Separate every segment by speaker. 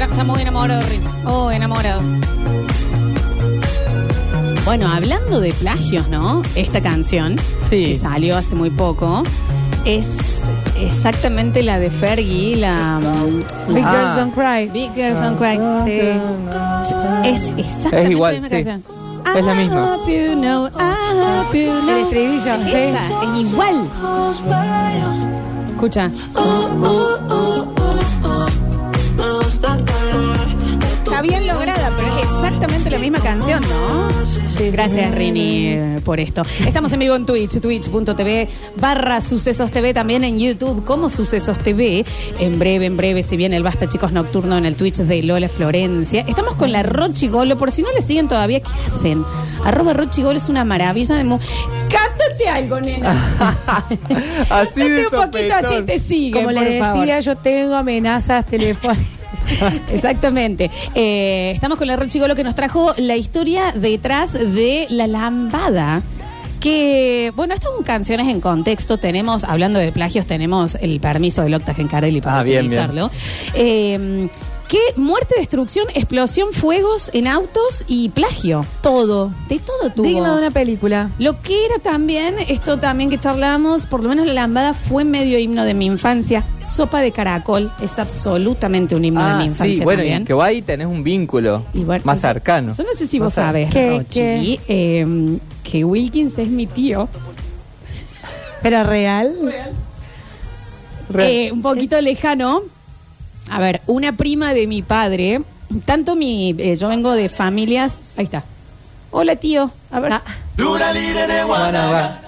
Speaker 1: Está muy enamorado, Rin. Oh, enamorado. Bueno, hablando de plagios, ¿no? Esta canción, que
Speaker 2: Sí.
Speaker 1: salió hace muy poco, es exactamente la de Fergie, la mm,
Speaker 3: Big
Speaker 2: Ah.
Speaker 3: Girls Don't Cry.
Speaker 1: Big Girls Don't Cry. Es exactamente
Speaker 2: Es igual,
Speaker 1: la misma
Speaker 2: sí.
Speaker 1: canción.
Speaker 2: Es la
Speaker 1: I
Speaker 2: misma.
Speaker 1: hope you know, I hope you know.
Speaker 3: El estribillo,
Speaker 1: Es
Speaker 3: sí.
Speaker 1: esa, es igual. Escucha. Está bien lograda, pero es exactamente la misma canción, ¿no? Gracias, Rini, eh, por esto. Estamos en vivo en Twitch, twitch.tv barra Sucesos TV, también en YouTube como Sucesos TV. En breve, en breve, si viene el Basta Chicos Nocturno en el Twitch de Lola Florencia. Estamos con la Rochi Golo, por si no le siguen todavía, ¿qué hacen? Arroba Rochi Golo es una maravilla de mu... Cántate algo, nena.
Speaker 2: Así de
Speaker 1: Cántate un poquito
Speaker 2: sopetón.
Speaker 1: así te sigue,
Speaker 3: Como le
Speaker 1: por
Speaker 3: decía,
Speaker 1: favor.
Speaker 3: yo tengo amenazas telefónicas.
Speaker 1: Exactamente. Eh, estamos con la Rochi Golo que nos trajo la historia detrás de la lambada. Que, bueno, estas son canciones en contexto. Tenemos, hablando de plagios, tenemos el permiso del Octa Gencarelli para
Speaker 2: Ah, bien, bien.
Speaker 1: utilizarlo. Eh, que muerte, destrucción, explosión, fuegos en autos y plagio.
Speaker 3: Todo.
Speaker 1: De todo tuvo.
Speaker 3: Digno de una película.
Speaker 1: Lo que era también, esto también que charlábamos, por lo menos la lambada fue medio himno de mi infancia. Sopa de caracol es absolutamente un himno de mi
Speaker 2: Ah,
Speaker 1: infancia
Speaker 2: sí, bueno,
Speaker 1: también.
Speaker 2: y que va ahí tenés un vínculo
Speaker 1: Y bueno,
Speaker 2: más
Speaker 1: yo-
Speaker 2: cercano.
Speaker 1: Yo no sé si
Speaker 2: Más
Speaker 1: vos
Speaker 2: cer-
Speaker 1: sabés,
Speaker 3: ¿Qué,
Speaker 1: Rochi,
Speaker 3: qué?
Speaker 1: eh, que Wilkins es mi tío.
Speaker 3: Pero real.
Speaker 1: Eh, un poquito lejano. A ver, una prima de mi padre. Tanto mi. eh, yo vengo de familias. Ahí está. Hola, tío. A
Speaker 3: Ah.
Speaker 1: ver.
Speaker 2: Bueno, va.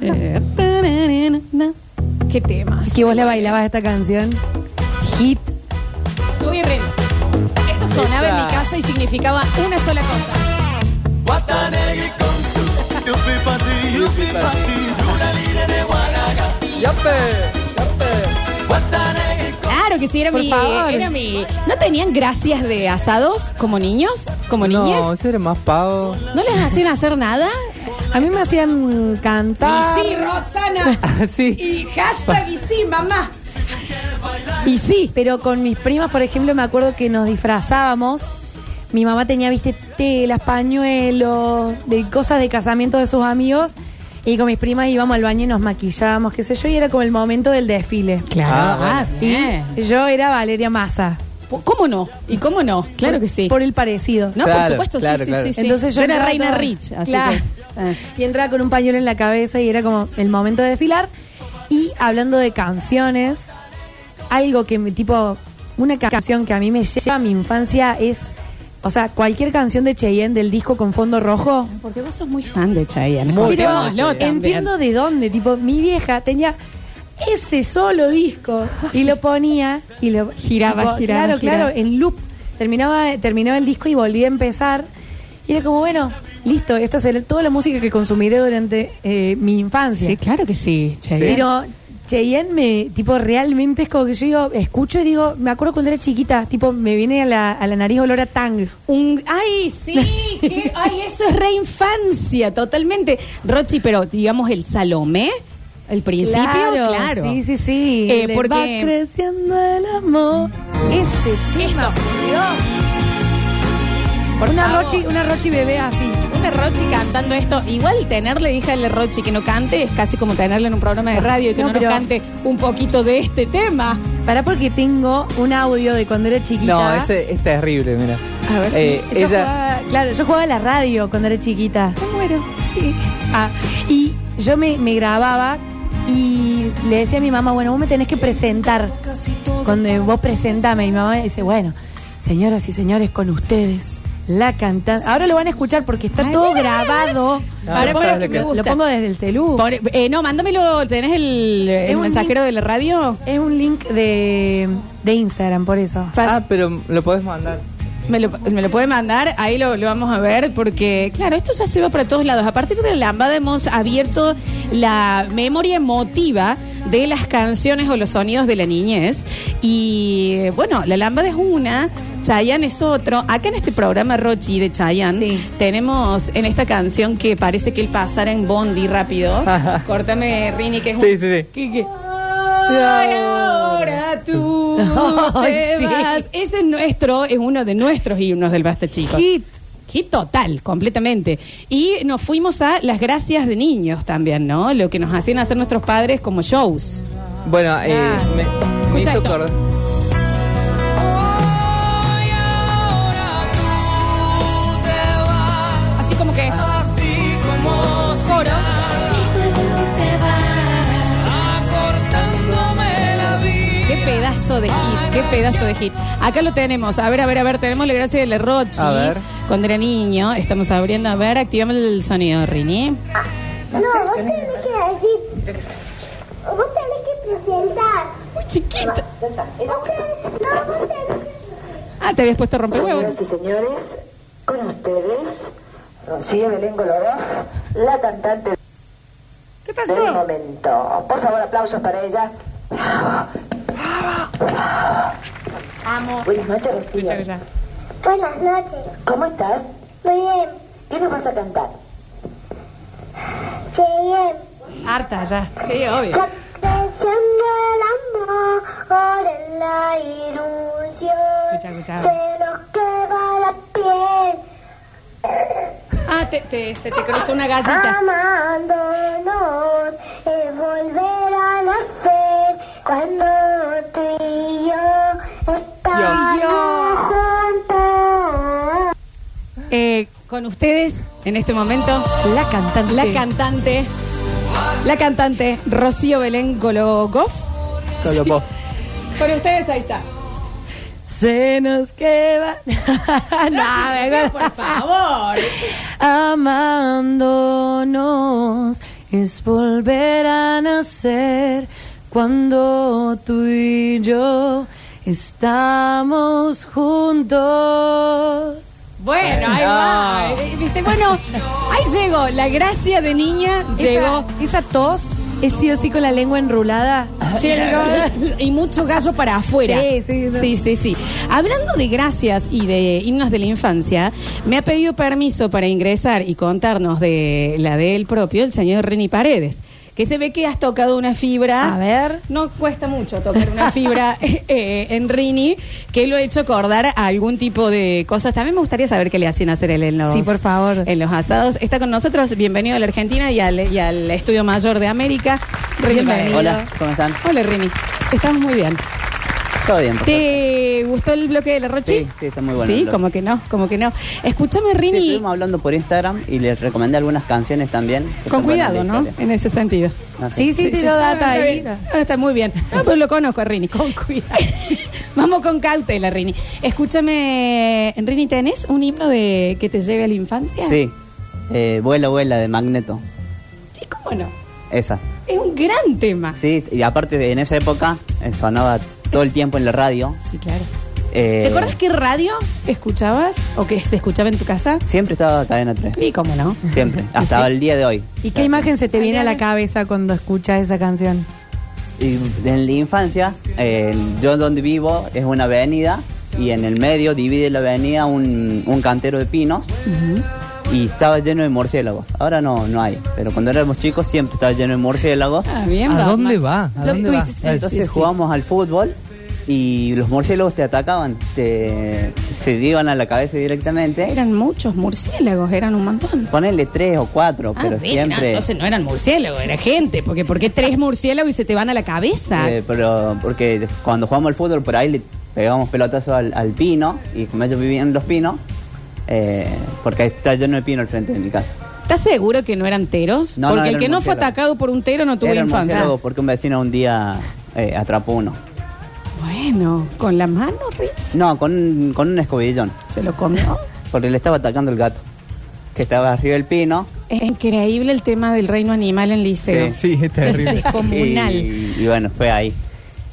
Speaker 1: Eh, tararana. ¿Qué temas?
Speaker 3: Que vos le bailabas esta canción. Hit.
Speaker 1: Soy Ren. Esto sonaba en mi casa y significaba una sola cosa.
Speaker 2: Yape, yape.
Speaker 1: Claro que sí, era
Speaker 3: Por
Speaker 1: mi.
Speaker 3: favor.
Speaker 1: Era mi. ¿No tenían gracias de asados como niños? ¿Como niñas?
Speaker 2: No, yo era más pavo.
Speaker 1: ¿No les hacían hacer nada?
Speaker 3: A mí me hacían cantar.
Speaker 1: Y sí, Roxana.
Speaker 2: Así.
Speaker 1: Y hashtag y sí, mamá. Y sí.
Speaker 3: Pero con mis primas, por ejemplo, me acuerdo que nos disfrazábamos. Mi mamá tenía, viste, telas, pañuelos, de cosas de casamiento de sus amigos. Y con mis primas íbamos al baño y nos maquillábamos, qué sé yo, y era como el momento del desfile.
Speaker 1: Claro,
Speaker 2: Ah,
Speaker 1: ah,
Speaker 3: Y yo era Valeria Massa.
Speaker 1: bien. ¿Cómo no? ¿Y cómo no? Claro
Speaker 3: Por-
Speaker 1: que sí.
Speaker 3: Por el parecido.
Speaker 1: no, por
Speaker 2: Claro,
Speaker 1: supuesto, sí,
Speaker 2: claro,
Speaker 1: sí,
Speaker 2: claro.
Speaker 1: sí, sí.
Speaker 3: Entonces yo,
Speaker 1: era
Speaker 3: entraba
Speaker 1: reina
Speaker 3: toda-
Speaker 1: Rich, así
Speaker 3: Claro.
Speaker 1: que. eh.
Speaker 3: Y entraba con un pañuelo en la cabeza y era como el momento de desfilar. Y hablando de canciones, algo que me tipo, una ca- canción que a mí me lleva a mi infancia es, o sea, cualquier canción de Cheyenne del disco con fondo rojo.
Speaker 1: Porque vos sos muy fan de Chayanne.
Speaker 2: Muy fan
Speaker 3: Pero
Speaker 2: de
Speaker 1: Contémoslo también.
Speaker 3: entiendo de dónde, tipo, mi vieja tenía ese solo disco y lo ponía y lo
Speaker 1: Giraba,
Speaker 3: tipo,
Speaker 1: giraba,
Speaker 3: Claro,
Speaker 1: giraba.
Speaker 3: claro, en loop. Terminaba, terminaba el disco y volvía a empezar. Y era como, bueno, listo, esta será toda la música que consumiré durante eh, mi infancia.
Speaker 1: Sí, claro que sí, Chayanne.
Speaker 3: Pero Cheyenne me, tipo, realmente es como que yo digo, escucho y digo, me acuerdo cuando era chiquita, tipo, me viene a la, a la nariz olor a tang.
Speaker 1: Un, ay, sí, que- ay, eso es reinfancia, totalmente. Rochi, pero digamos el Salomé, el principio, claro.
Speaker 3: Sí, sí, sí.
Speaker 1: Eh,
Speaker 3: Le
Speaker 1: porque-
Speaker 3: va creciendo el amor. Este tema, por Dios. una
Speaker 1: favor.
Speaker 3: Rochi, una Rochi bebé así.
Speaker 1: Una Rochi cantando esto, igual tenerle hija a Rochi que no cante es casi como tenerla en un programa de radio y que no,
Speaker 3: No,
Speaker 1: nos
Speaker 3: pero-
Speaker 1: cante un poquito de este tema.
Speaker 3: Pará porque tengo un audio de cuando era chiquita.
Speaker 2: No, ese es terrible, mira.
Speaker 1: A ver.
Speaker 2: Eh,
Speaker 3: Yo
Speaker 2: ella,
Speaker 3: jugaba- claro, yo jugaba a la radio cuando era chiquita.
Speaker 1: Me muero.
Speaker 3: Sí. Ah, y yo me, me grababa y le decía a mi mamá, bueno, vos me tenés que presentar. Cuando vos presentame, mi mamá dice, bueno, señoras y señores, con ustedes, la cantante. Ahora lo van a escuchar porque está
Speaker 1: Ay,
Speaker 3: todo
Speaker 1: mira.
Speaker 3: grabado.
Speaker 2: No,
Speaker 3: Ahora
Speaker 2: Ah, no
Speaker 3: pongo-
Speaker 2: sabes lo que
Speaker 3: lo,
Speaker 2: es.
Speaker 3: pongo desde el celu.
Speaker 1: Pobre- eh, no, mándamelo, ¿tenés el, el
Speaker 3: Es un
Speaker 1: mensajero de la radio?
Speaker 3: Es un link de, de Instagram, por eso.
Speaker 2: ah, pero lo podés mandar.
Speaker 1: Me lo, me lo puede mandar, ahí lo, lo vamos a ver, porque claro, esto ya se va para todos lados. A partir de la lambada hemos abierto la memoria emotiva de las canciones o los sonidos de la niñez. Y bueno, la lambada es una, Chayanne es otro. Acá en este programa Rochi de Chayanne
Speaker 3: Sí.
Speaker 1: tenemos en esta canción que parece que el pasar en Bondi rápido. Córtame, Rini, que es un-
Speaker 2: Sí, sí, sí.
Speaker 1: que- que- Ay, ahora tú. te
Speaker 3: sí.
Speaker 1: vas. Ese es nuestro, es uno de nuestros himnos del Basta Chicos.
Speaker 3: Hit.
Speaker 1: Hit total, completamente. Y nos fuimos a las gracias de niños también, ¿no? Lo que nos hacían hacer nuestros padres como shows.
Speaker 2: Bueno, eh,
Speaker 1: Claro.
Speaker 2: me, me
Speaker 1: Ah. Escucha
Speaker 2: hizo
Speaker 1: esto.
Speaker 2: acordar.
Speaker 1: Así como que coro. Qué pedazo de hit, qué pedazo de hit. Acá lo tenemos. A ver, a ver, a ver, tenemos la gracia de Rochi.
Speaker 2: A ver.
Speaker 1: Cuando era niño, estamos abriendo. A ver, activamos el sonido, Rini.
Speaker 4: No, vos tenés que decir. Vos tenés que presentar.
Speaker 1: Muy chiquita.
Speaker 4: Vos tenés- No, vos tenés que
Speaker 1: Ah, te habías puesto rompehuevos.
Speaker 5: Señoras y señores, con ustedes, Rocío Belén Golodó, la cantante
Speaker 3: ¿Qué
Speaker 5: del
Speaker 3: pasó?
Speaker 5: momento. Por favor, aplausos para ella.
Speaker 1: Amo.
Speaker 5: Buenas noches, Rocío.
Speaker 4: Buenas noches.
Speaker 5: ¿Cómo estás?
Speaker 4: Muy bien.
Speaker 5: ¿Qué nos vas a cantar?
Speaker 4: Che, bien.
Speaker 3: Harta ya.
Speaker 1: Sí, obvio.
Speaker 4: La creación del amor en la ilusión.
Speaker 3: Escucha, escucha.
Speaker 4: Se nos quema la piel.
Speaker 1: Ah, te, te- se te cruzó una gallita.
Speaker 4: Amándonos es volver a nacer cuando tú y yo estamos juntos.
Speaker 1: Eh, con ustedes, en este momento,
Speaker 3: La cantante.
Speaker 1: la cantante, la cantante Rocío Belén Gologov.
Speaker 2: Solo vos.
Speaker 1: Con ustedes, ahí está.
Speaker 3: Se nos queda.
Speaker 1: Ah,
Speaker 3: no, me acuerdo.
Speaker 1: Por favor.
Speaker 3: Amándonos es volver a nacer cuando tú y yo estamos juntos.
Speaker 1: Bueno, ahí va. Eh, ¿Viste? Bueno, ahí llegó. La gracia de niña llegó.
Speaker 3: Esa, esa tos es sí o sí con la lengua enrulada.
Speaker 1: Llegó. Y mucho gallo para afuera.
Speaker 3: Sí, sí, no.
Speaker 1: sí, sí, sí. Hablando de gracias y de himnos de la infancia, me ha pedido permiso para ingresar y contarnos de la de él propio, el señor Reni Paredes. Que se ve que has tocado una fibra.
Speaker 3: A ver.
Speaker 1: No cuesta mucho tocar una fibra eh, eh, en Rini, que lo ha hecho acordar a algún tipo de cosas. También me gustaría saber qué le hacían hacer él en los...
Speaker 3: Sí, por favor.
Speaker 1: En los asados. Está con nosotros, bienvenido a la Argentina y al, y al Estudio Mayor de América. Rini Paredes.
Speaker 3: Bienvenido.
Speaker 6: Hola, ¿cómo están?
Speaker 1: Hola, Rini. Estamos muy bien.
Speaker 6: Todo bien. por suerte.
Speaker 1: ¿Te gustó el bloque de la Rochi?
Speaker 6: Sí, sí, está muy bueno el
Speaker 1: Sí,
Speaker 6: bloque.
Speaker 1: como que no, como que no. Escúchame,
Speaker 6: Sí,
Speaker 1: Rini,
Speaker 6: estuvimos hablando por Instagram y les recomendé algunas canciones también. que
Speaker 1: con
Speaker 6: son buenas
Speaker 1: cuidado,
Speaker 6: de
Speaker 1: ¿no? Eh,
Speaker 6: historia.
Speaker 1: En ese sentido.
Speaker 6: Ah,
Speaker 3: Sí, sí, te lo data ahí.
Speaker 1: Está, bien. Ah, está muy bien. No, pero lo conozco, a Rini. Con cuidado. Vamos con cautela, Rini. Escúchame, Rini, ¿tenés un himno de que te lleve a la infancia?
Speaker 6: Sí. Eh, vuela, vuela de Magneto.
Speaker 1: ¿Y cómo no?
Speaker 6: Esa.
Speaker 1: Es un gran tema.
Speaker 6: Sí, y aparte de- en esa época eh, sonaba todo el tiempo en la radio.
Speaker 1: Sí, claro.
Speaker 6: Eh,
Speaker 1: ¿Te acuerdas qué radio escuchabas o que se escuchaba en tu casa?
Speaker 6: Siempre estaba Cadena 3.
Speaker 1: Y cómo no.
Speaker 6: Siempre. Hasta el día de hoy.
Speaker 3: ¿Y qué imagen se te viene a la cabeza cuando escuchas esa canción?
Speaker 6: Y en la infancia, eh, yo donde vivo es una avenida y en el medio divide la avenida un, un cantero de pinos y estaba lleno de murciélagos. Ahora no, no hay, pero cuando éramos chicos siempre estaba lleno de murciélagos.
Speaker 1: Ah, bien,
Speaker 2: ¿A
Speaker 1: Batman.
Speaker 2: dónde va? ¿A
Speaker 3: Lo
Speaker 2: dónde va?
Speaker 3: tuviste-
Speaker 2: Eh,
Speaker 6: Entonces jugábamos al fútbol y los murciélagos te atacaban, te, se iban a la cabeza directamente.
Speaker 1: Eran muchos murciélagos, eran un montón.
Speaker 6: Ponele tres o cuatro,
Speaker 1: Ah,
Speaker 6: pero
Speaker 1: bien, no,
Speaker 6: siempre...
Speaker 1: entonces no eran murciélagos, era gente. Porque ¿por qué tres murciélagos y se te van a la cabeza?
Speaker 6: Eh, pero porque cuando jugamos al fútbol por ahí le pegamos pelotazos al, al pino y como ellos vivían en los pinos, eh, porque ahí está lleno de pino al frente de mi casa.
Speaker 1: ¿Estás seguro que no eran teros?
Speaker 6: No, no,
Speaker 1: porque el
Speaker 6: eran
Speaker 1: que no fue
Speaker 6: murciélagos.
Speaker 1: atacado por un tero no tuvo
Speaker 6: Era el
Speaker 1: infancia.
Speaker 6: murciélago porque un vecino un día eh, atrapó uno.
Speaker 1: Bueno, con la mano Rini,
Speaker 6: No, con, un- con un escobillón,
Speaker 1: se lo comió.
Speaker 6: porque le estaba atacando el gato, que estaba arriba del pino.
Speaker 1: Es increíble el tema del reino animal en liceo.
Speaker 2: Eh, Sí, es terrible.
Speaker 1: Descomunal.
Speaker 6: Y, y bueno, fue ahí.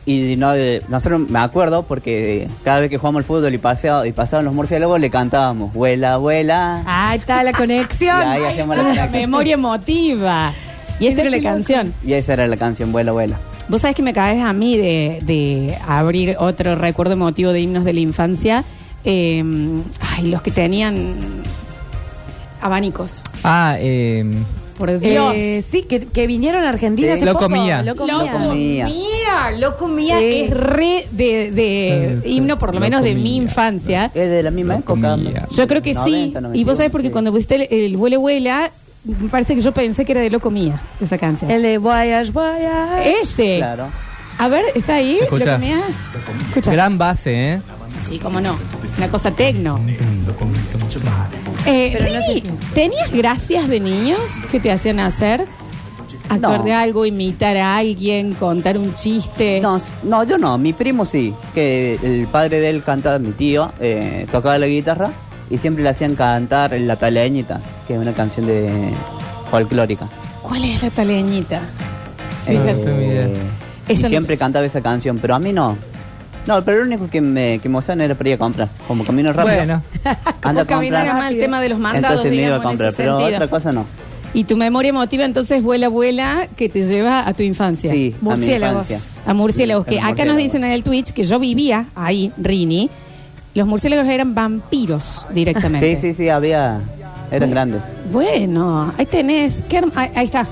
Speaker 6: Y no, de- nosotros me acuerdo porque cada vez que jugamos al fútbol y, pasea- y pasaban los murciélagos le cantábamos, vuela, vuela.
Speaker 1: Ah.
Speaker 3: Ahí está la conexión.
Speaker 6: Y ahí hacíamos la
Speaker 1: La memoria emotiva. Y esta era la canción.
Speaker 6: Y esa era la canción, vuela, vuela.
Speaker 1: Vos sabés que me caes a mí de, de abrir otro recuerdo emotivo de himnos de la infancia. Eh, ay, los que tenían abanicos.
Speaker 2: Ah, eh,
Speaker 1: Por Dios.
Speaker 3: Eh, sí, que, que vinieron a Argentina
Speaker 6: Sí.
Speaker 3: hace
Speaker 2: Lo
Speaker 3: poco.
Speaker 2: comía.
Speaker 3: Lo comía.
Speaker 1: Loco mía, loco mía
Speaker 3: Sí.
Speaker 1: es re de, de
Speaker 2: Sí, sí.
Speaker 1: himno, por lo
Speaker 2: Loco
Speaker 1: menos de mi
Speaker 2: mía.
Speaker 1: infancia.
Speaker 6: Es de la misma
Speaker 2: Lo
Speaker 6: época.
Speaker 2: comía.
Speaker 1: Yo creo que
Speaker 6: 90,
Speaker 1: sí. Y vos
Speaker 6: 91,
Speaker 1: sabés porque
Speaker 6: sí.
Speaker 1: cuando pusiste el, el huele huela, me parece que yo pensé que era de loco mía esa canción.
Speaker 3: El de Voyage,
Speaker 1: Eh,
Speaker 3: Voyage.
Speaker 1: Ese.
Speaker 6: Claro.
Speaker 1: A ver, ¿está ahí?
Speaker 2: Escucha.
Speaker 1: ¿Loco mía? Escucha.
Speaker 2: Gran base, ¿eh?
Speaker 1: Sí, cómo no. Una cosa tecno. Eh,
Speaker 3: Pero no
Speaker 1: Rini,
Speaker 3: sé si-
Speaker 1: ¿tenías gracias de niños que te hacían hacer? Actuar
Speaker 6: No.
Speaker 1: de algo, imitar a alguien, contar un chiste.
Speaker 6: No, s- no, yo no, mi primo sí, que el padre de él cantaba, mi tío, eh, tocaba la guitarra y siempre le hacían cantar La Taleñita, que es una canción de folclórica.
Speaker 1: ¿Cuál es la taleñita?
Speaker 2: Fíjate.
Speaker 6: Eh,
Speaker 2: No tengo idea.
Speaker 6: y
Speaker 1: Esa no-
Speaker 6: siempre cantaba esa canción, pero a mí no. No, pero lo único que me que me emocionaba era para ir a comprar, como camino rápido.
Speaker 2: Bueno.
Speaker 6: anda a
Speaker 1: caminar
Speaker 6: comprar.
Speaker 1: mal el tema de los mandados,
Speaker 6: Entonces me iba a
Speaker 1: digamos, en
Speaker 6: comprar,
Speaker 1: ese
Speaker 6: pero
Speaker 1: sentido.
Speaker 6: otra cosa no.
Speaker 1: Y tu memoria emotiva entonces vuela, vuela, que te lleva a tu infancia.
Speaker 6: Sí, a mi
Speaker 3: Murciélagos.
Speaker 6: infancia.
Speaker 1: A murciélagos, que
Speaker 6: El
Speaker 1: acá nos
Speaker 6: murciélago.
Speaker 1: dicen en el Twitch que yo vivía ahí, Rini. Los murciélagos eran vampiros directamente.
Speaker 6: Sí, sí, sí, había eran grandes.
Speaker 1: Bueno, ahí tenés. qué herm- ahí, ahí está.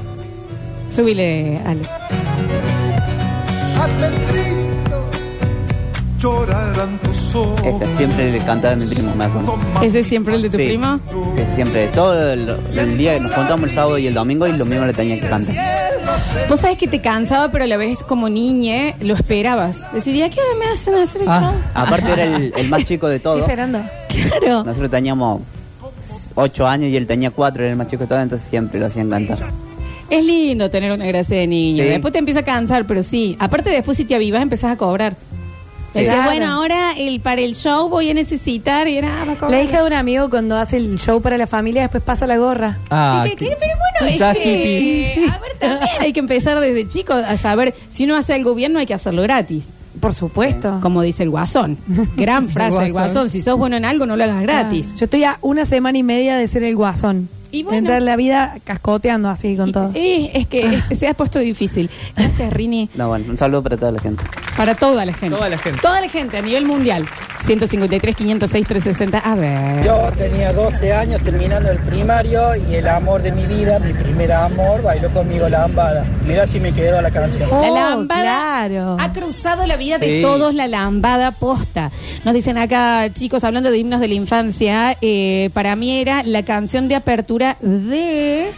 Speaker 1: Súbile, Ale.
Speaker 7: Atentito, llorarán tus ojos.
Speaker 6: Esta siempre le cantaba mi primo, me acuerdo.
Speaker 1: ¿Ese es siempre el de tu
Speaker 6: Sí,
Speaker 1: primo?
Speaker 6: sí, siempre, todo el, el día que nos juntamos el sábado y el domingo y lo mismo le tenía que cantar.
Speaker 1: Vos sabés que te cansaba, pero a la vez como niña lo esperabas. Decir, ¿y a qué hora me hacen hacer el
Speaker 2: Ah.
Speaker 1: show?"
Speaker 6: Aparte era el, el más chico de
Speaker 3: Estoy
Speaker 6: todos.
Speaker 3: esperando.
Speaker 1: Claro.
Speaker 6: Nosotros teníamos ocho años y él tenía cuatro, era el más chico de todos, entonces siempre lo hacían cantar.
Speaker 1: Es lindo tener una gracia de niño.
Speaker 6: Sí.
Speaker 1: Después te empieza a cansar, pero sí. Aparte, después si te avivas, empezás a cobrar.
Speaker 6: Sí.
Speaker 1: Decías,
Speaker 3: Claro.
Speaker 1: bueno, ahora el, para el show voy a necesitar. Y era, ah, va a cobrar.
Speaker 3: La hija de un amigo cuando hace el show para la familia después pasa la gorra.
Speaker 2: Ah,
Speaker 1: ¿Qué, qué, qué? Pero bueno, es
Speaker 2: quizás
Speaker 1: que-
Speaker 2: hippie.
Speaker 1: a ver, también hay que empezar desde chico a saber, si uno hace algo bien no hay que hacerlo gratis,
Speaker 3: Por supuesto.
Speaker 1: como dice el guasón. Gran frase, el guasón.
Speaker 2: guasón.
Speaker 1: si sos bueno en algo no lo hagas gratis.
Speaker 3: Ah, yo estoy a una semana y media de ser el guasón.
Speaker 1: Y bueno.
Speaker 3: Entrar la vida cascoteando así con
Speaker 1: Y-
Speaker 3: todo.
Speaker 1: y es que eh, se has puesto difícil. Gracias, Rini,
Speaker 6: No, bueno, un saludo para toda la gente.
Speaker 1: para toda la gente.
Speaker 2: Toda la gente.
Speaker 1: Toda la gente a nivel mundial. 153, 506, 360. A ver.
Speaker 8: Yo tenía 12 años terminando el primario y el amor de mi vida, mi primer amor, bailó conmigo la lambada. Mira si me quedo a la canción.
Speaker 3: Oh,
Speaker 1: La lambada
Speaker 3: claro.
Speaker 1: ha cruzado la vida de
Speaker 2: Sí.
Speaker 1: todos, la lambada posta. Nos dicen acá, chicos, hablando de himnos de la infancia, eh, para mí era la canción de apertura de.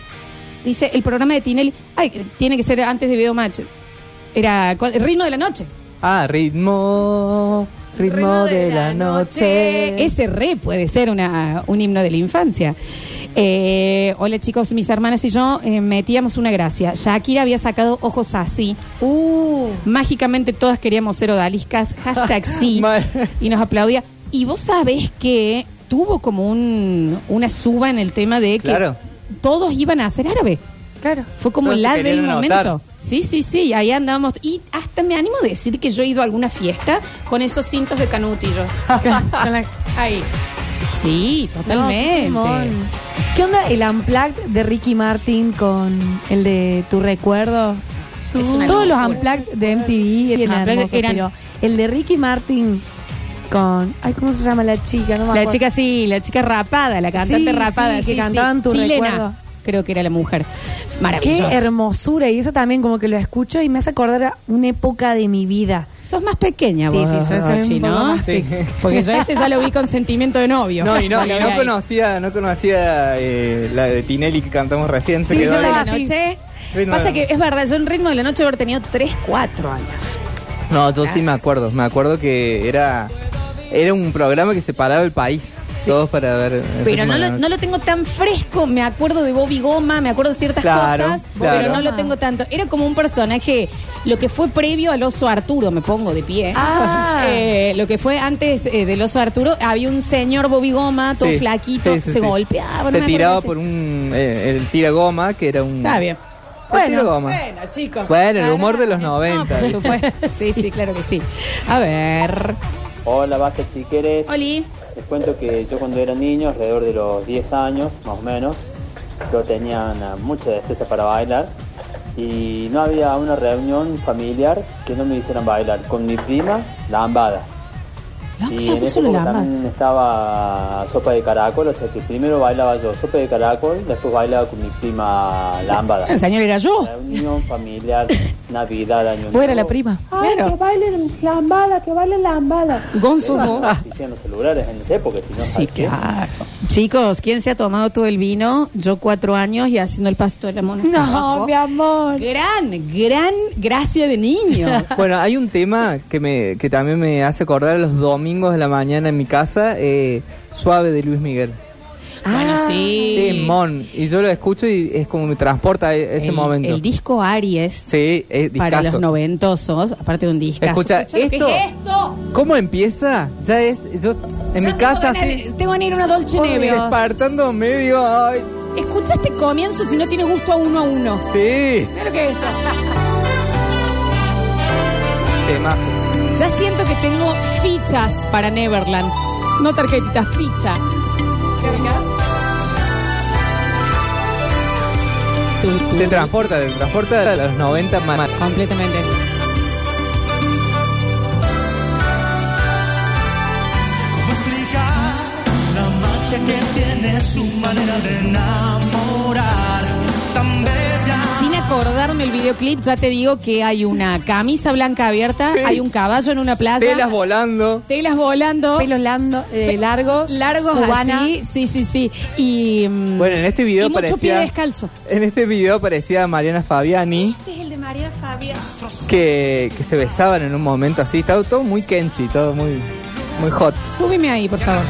Speaker 1: Dice, el programa de Tinelli. Ay, tiene que ser antes de Videomatch. Era cu- el ritmo de la noche.
Speaker 2: Ah, ritmo. Ritmo de la noche.
Speaker 1: Ese re puede ser una, un himno de la infancia. Eh, hola chicos, mis hermanas y yo eh, metíamos una gracia. Shakira había sacado ojos así.
Speaker 3: Uh,
Speaker 1: Mágicamente todas queríamos ser odaliscas, hashtag sí,
Speaker 2: Mal.
Speaker 1: y nos aplaudía. Y vos sabés que tuvo como un, una suba en el tema de que
Speaker 2: Claro.
Speaker 1: todos iban a ser árabe.
Speaker 3: claro.
Speaker 1: Fue como
Speaker 2: Todos se
Speaker 1: la del
Speaker 2: querían
Speaker 1: momento.
Speaker 2: anotar.
Speaker 1: Sí, sí, sí, ahí andábamos. Y hasta me animo a decir que yo he ido a alguna fiesta con esos cintos de canutillo.
Speaker 3: Con la-
Speaker 1: Ahí. Sí, totalmente.
Speaker 3: No, qué timón. ¿Qué onda el unplugged de Ricky Martin con el de Tu Recuerdo?
Speaker 1: Es una
Speaker 3: Todos los
Speaker 1: locura.
Speaker 3: unplugged de MTV eran
Speaker 1: Unplugged
Speaker 3: hermosos,
Speaker 1: eran-
Speaker 3: pero el de Ricky Martin con... Ay, ¿cómo se llama la chica? No me
Speaker 1: la
Speaker 3: acuerdo.
Speaker 1: chica sí, la chica rapada, la cantante
Speaker 3: Sí,
Speaker 1: rapada,
Speaker 3: sí,
Speaker 1: sí,
Speaker 3: que
Speaker 1: sí,
Speaker 3: cantaban Tu
Speaker 1: chilena.
Speaker 3: Recuerdo.
Speaker 1: Creo que era la mujer.
Speaker 3: Qué
Speaker 1: Maravilloso.
Speaker 3: hermosura. Y eso también como que lo escucho y me hace acordar a una época de mi vida.
Speaker 1: Sos más pequeña
Speaker 3: Sí,
Speaker 1: vos,
Speaker 3: sí, soy- soy
Speaker 1: Rochi,
Speaker 3: un poco
Speaker 1: ¿no?
Speaker 3: más
Speaker 2: Sí.
Speaker 1: Porque yo ese ya lo vi con sentimiento de novio.
Speaker 2: No, y no, y
Speaker 1: Lo vi
Speaker 2: no
Speaker 1: ahí.
Speaker 2: conocía, no conocía eh, la de Tinelli que cantamos recién. se
Speaker 1: Sí,
Speaker 2: quedó
Speaker 1: yo de
Speaker 2: ahí.
Speaker 1: la
Speaker 3: ahí.
Speaker 1: noche.
Speaker 2: Ritmo
Speaker 1: Pasa
Speaker 2: de-
Speaker 1: que es verdad, yo en ritmo de la noche haber tenido 3, 4 años.
Speaker 2: No, yo sí me acuerdo. Me acuerdo que era era un programa que separaba el país. Todos para ver. el
Speaker 1: Pero
Speaker 2: ritmo
Speaker 1: no
Speaker 2: de la
Speaker 1: lo,
Speaker 2: noche.
Speaker 1: no lo tengo tan fresco. Me acuerdo de Bobby Goma, me acuerdo de ciertas
Speaker 2: Claro,
Speaker 1: cosas,
Speaker 2: claro.
Speaker 1: pero no lo tengo tanto. Era como un personaje, lo que fue previo al oso Arturo, me pongo de pie.
Speaker 3: Ah.
Speaker 1: Eh, lo que fue antes eh, del oso Arturo, había un señor Bobby Goma, todo
Speaker 2: Sí,
Speaker 1: flaquito,
Speaker 2: sí, sí,
Speaker 1: se
Speaker 2: sí.
Speaker 1: golpeaba. no me
Speaker 2: Se
Speaker 1: acuerdo
Speaker 2: tiraba
Speaker 1: qué se-
Speaker 2: por un. eh, el tira goma, que era un.
Speaker 1: Está bien.
Speaker 2: El tira goma.
Speaker 1: bueno, chicos.
Speaker 2: Bueno, el humor de los
Speaker 1: No,
Speaker 2: 90.
Speaker 1: por supuesto. Sí, sí, claro que sí. A ver.
Speaker 9: Hola, Vázquez Chiqueres.
Speaker 1: Oli.
Speaker 9: Les Este cuento que yo cuando era niño, alrededor de los 10 años, más o menos, yo tenía una- mucha destreza para bailar y no había una reunión familiar que no me hicieran bailar con mi prima, la ambada.
Speaker 1: No,
Speaker 9: y
Speaker 1: ya
Speaker 9: en
Speaker 2: este
Speaker 1: puso
Speaker 9: ese
Speaker 1: la
Speaker 9: época
Speaker 1: lama.
Speaker 9: también estaba sopa de caracol, o sea que primero bailaba yo sopa de caracol, después bailaba con mi prima lámbada.
Speaker 1: El señor era yo.
Speaker 9: Reunión familiar, Navidad, Año
Speaker 3: Vos era la
Speaker 9: Nuevo.
Speaker 3: prima.
Speaker 1: Claro.
Speaker 4: bailen la ambala, que bailen la ambala.
Speaker 1: Gonzo. ¿no?
Speaker 9: Además, no existían los celulares en esa época, si no,
Speaker 1: Sí,
Speaker 9: ¿sabes qué?
Speaker 1: claro. Chicos, ¿quién se ha tomado todo el vino? Yo cuatro años y haciendo el pasto de la mona.
Speaker 3: No,
Speaker 1: Abajo.
Speaker 3: mi amor.
Speaker 1: Gran, gran gracia de niño.
Speaker 2: Bueno, hay un tema que me que también me hace acordar los domingos de la mañana en mi casa, eh, Suave de Luis Miguel. Ah,
Speaker 1: bueno, sí.
Speaker 2: Temón. Y yo lo escucho y es como me transporta a ese
Speaker 1: El-
Speaker 2: momento.
Speaker 1: El disco Aries.
Speaker 2: sí, es
Speaker 1: Para
Speaker 2: discazo.
Speaker 1: los noventosos, aparte de un disco.
Speaker 2: Escucha,
Speaker 1: ¿qué
Speaker 2: esto-
Speaker 1: es esto?
Speaker 2: ¿Cómo empieza? Ya es, yo en mi
Speaker 1: Ya
Speaker 2: casa
Speaker 1: tengo ganas
Speaker 2: así,
Speaker 1: de- Tengo que ir a una Dolce Neve.
Speaker 2: espartando medio, ay,
Speaker 1: Escucha este comienzo si no tiene gusto a uno a uno.
Speaker 2: sí.
Speaker 1: Claro que es.
Speaker 2: Temazo.
Speaker 1: Ya siento que tengo fichas para Neverland. No tarjetitas, ficha. Tú, tú.
Speaker 2: Te transporta, te transporta a los 90 más.
Speaker 1: Completamente. Sin acordarme el videoclip, ya te digo que hay una camisa blanca abierta,
Speaker 2: Sí.
Speaker 1: hay un caballo en una playa,
Speaker 2: Telas volando.
Speaker 1: telas volando,
Speaker 3: Pelos lando- eh, largos.
Speaker 1: largos
Speaker 3: cubana.
Speaker 1: así, sí, sí, sí. Y mm,
Speaker 2: Bueno, en este video
Speaker 1: y mucho
Speaker 2: parecía.
Speaker 1: pie descalzo.
Speaker 2: En este video aparecía Mariana Fabiani. Este es el de Mariana Fabiani. Que, que se besaban en un momento así. Estaba todo muy kenchi, todo muy, muy hot.
Speaker 1: súbeme ahí, por favor.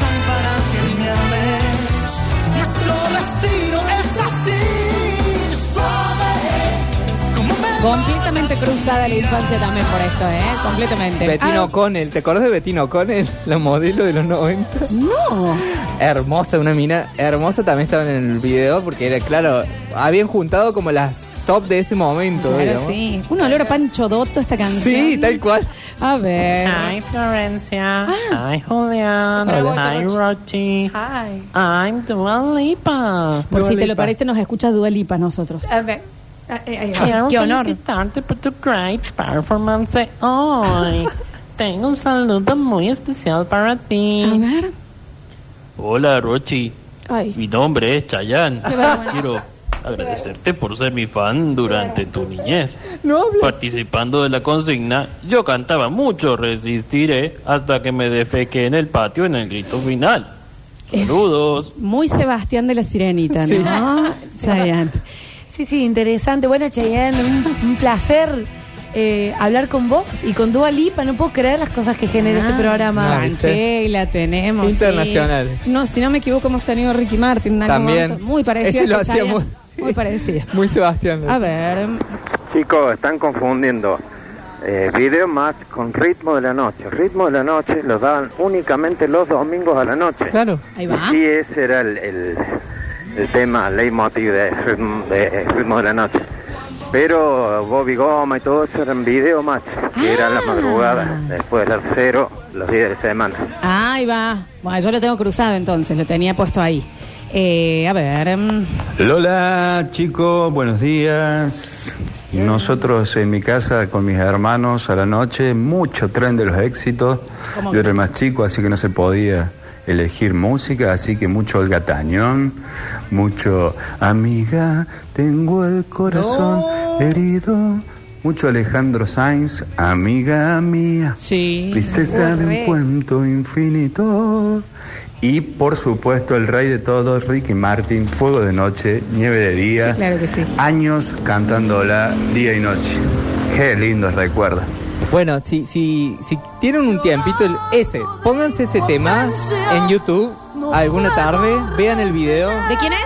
Speaker 1: Completamente cruzada la infancia también por esto, ¿eh? Completamente. Ah,
Speaker 2: Betino O'Connell. ¿Te acordás de Betino O'Connell? La modelo de los 90.
Speaker 1: No.
Speaker 2: Hermosa, una mina hermosa. También estaba en el video porque era, claro, habían juntado como las top de ese momento.
Speaker 1: Claro,
Speaker 2: digamos.
Speaker 1: sí. Un olor a Pancho Dotto esta canción.
Speaker 2: Sí, tal cual.
Speaker 1: A ver.
Speaker 10: Hi Florencia.
Speaker 4: Ah.
Speaker 10: Hi Julián.
Speaker 1: Hola.
Speaker 10: Hi Rochi.
Speaker 3: Ay.
Speaker 10: I'm Dua Lipa.
Speaker 1: Por
Speaker 2: Dua
Speaker 1: si te lo
Speaker 2: Lipa.
Speaker 1: parece, nos escucha Dualipa nosotros.
Speaker 3: A ver. Ah, eh, eh,
Speaker 10: Quiero
Speaker 3: Qué honor.
Speaker 10: felicitarte por tu great performance hoy. Tengo un saludo muy especial para
Speaker 1: A
Speaker 10: ti.
Speaker 1: ver.
Speaker 10: Hola Rochi.
Speaker 1: Ay.
Speaker 10: Mi nombre es Chayanne.
Speaker 1: Qué vergüenza.
Speaker 10: Quiero agradecerte por ser mi fan durante tu niñez.
Speaker 2: No habla.
Speaker 10: Participando de la consigna, yo cantaba mucho Resistiré hasta que me defequé en el patio en el grito final. Saludos.
Speaker 1: Muy Sebastián de la Sirenita,
Speaker 2: Sí.
Speaker 1: ¿no? Chayanne.
Speaker 3: Sí, sí, interesante. Bueno, Cheyenne, un, un placer eh, hablar con vos y con Dua Lipa. No puedo creer las cosas que genera este programa.
Speaker 2: Ah, ¿viste?
Speaker 1: Manché, la tenemos. sí.
Speaker 2: Internacional.
Speaker 1: No, si no me equivoco, hemos tenido Ricky Martin. en algún
Speaker 2: También.
Speaker 1: momento. Muy parecido.
Speaker 2: Ese
Speaker 1: a
Speaker 2: lo
Speaker 1: este
Speaker 2: hacía muy,
Speaker 1: Chayanne. muy parecido.
Speaker 2: Muy Sebastián.
Speaker 1: A ver.
Speaker 9: Chicos, están confundiendo eh, Video Match con Ritmo de la Noche. Ritmo de la Noche lo daban únicamente los domingos a la noche.
Speaker 2: Claro.
Speaker 1: Ahí va.
Speaker 9: Sí, ese era el, el, el tema, el leitmotiv de ritmo, de eh, Ritmo de la Noche. Pero Bobby Goma y todo eso eran Video Match, que era la
Speaker 1: Ah.
Speaker 9: madrugada, después del cero, los días de semana.
Speaker 1: Ahí va. Bueno, yo lo tengo cruzado entonces, lo tenía puesto ahí. Eh, a ver. mm,
Speaker 7: Lola, chicos, buenos días. Nosotros en mi casa con mis hermanos a la noche, mucho tren de los éxitos.
Speaker 1: ¿Cómo
Speaker 7: Yo
Speaker 1: que?
Speaker 7: era el más chico, así que no se podía elegir música, así que mucho el gatañón, mucho amiga, tengo el corazón herido, mucho Alejandro Sainz, amiga mía.
Speaker 1: Sí.
Speaker 7: Princesa de un cuento infinito. Y por supuesto, el rey de todos, Ricky Martin, Fuego de Noche, Nieve de Día.
Speaker 1: Sí, claro que sí.
Speaker 7: Años cantándola día y noche. Qué lindos recuerdos.
Speaker 2: Bueno, si, si, si tienen un tiempito, el- ese, pónganse ese tema en YouTube alguna tarde, vean el video.
Speaker 1: ¿De quién es?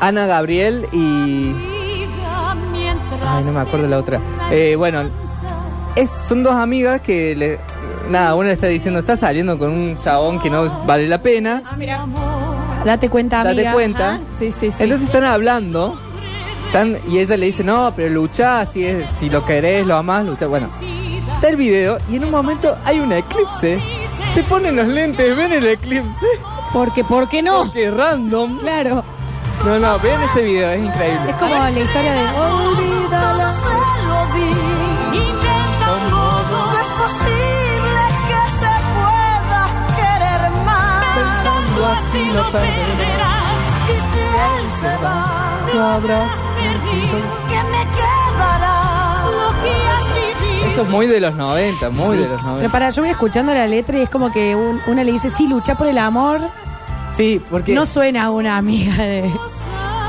Speaker 2: Ana Gabriel y. Ay, no me acuerdo la otra. Eh, bueno, es, son dos amigas que le. Nada, una le está diciendo, está saliendo con un chabón que no vale la pena.
Speaker 3: Date cuenta, amiga.
Speaker 2: Date cuenta.
Speaker 1: Ajá, Sí, sí, sí.
Speaker 2: Entonces están hablando. Están, y ella le dice, no, pero luchá, si, es, si lo querés, lo amás, luchá. Bueno, está el video y en un momento hay un eclipse. Se ponen los lentes, ven el eclipse.
Speaker 1: Porque, ¿por qué no?
Speaker 2: Porque random.
Speaker 1: Claro.
Speaker 2: No, no, vean ese video, es
Speaker 3: Es
Speaker 2: increíble.
Speaker 3: como la historia de.
Speaker 4: Todo se lo di, intentando, no es posible que
Speaker 11: perderás. Y si él se va,
Speaker 2: No habrá.
Speaker 11: perdido, que me quedará lo que has vivido.
Speaker 2: Esto es muy de los 90, muy de los 90.
Speaker 3: Pero para, yo voy escuchando la letra y es como que un- una le dice, sí, lucha por el amor.
Speaker 2: Sí, porque
Speaker 3: No suena a una amiga de...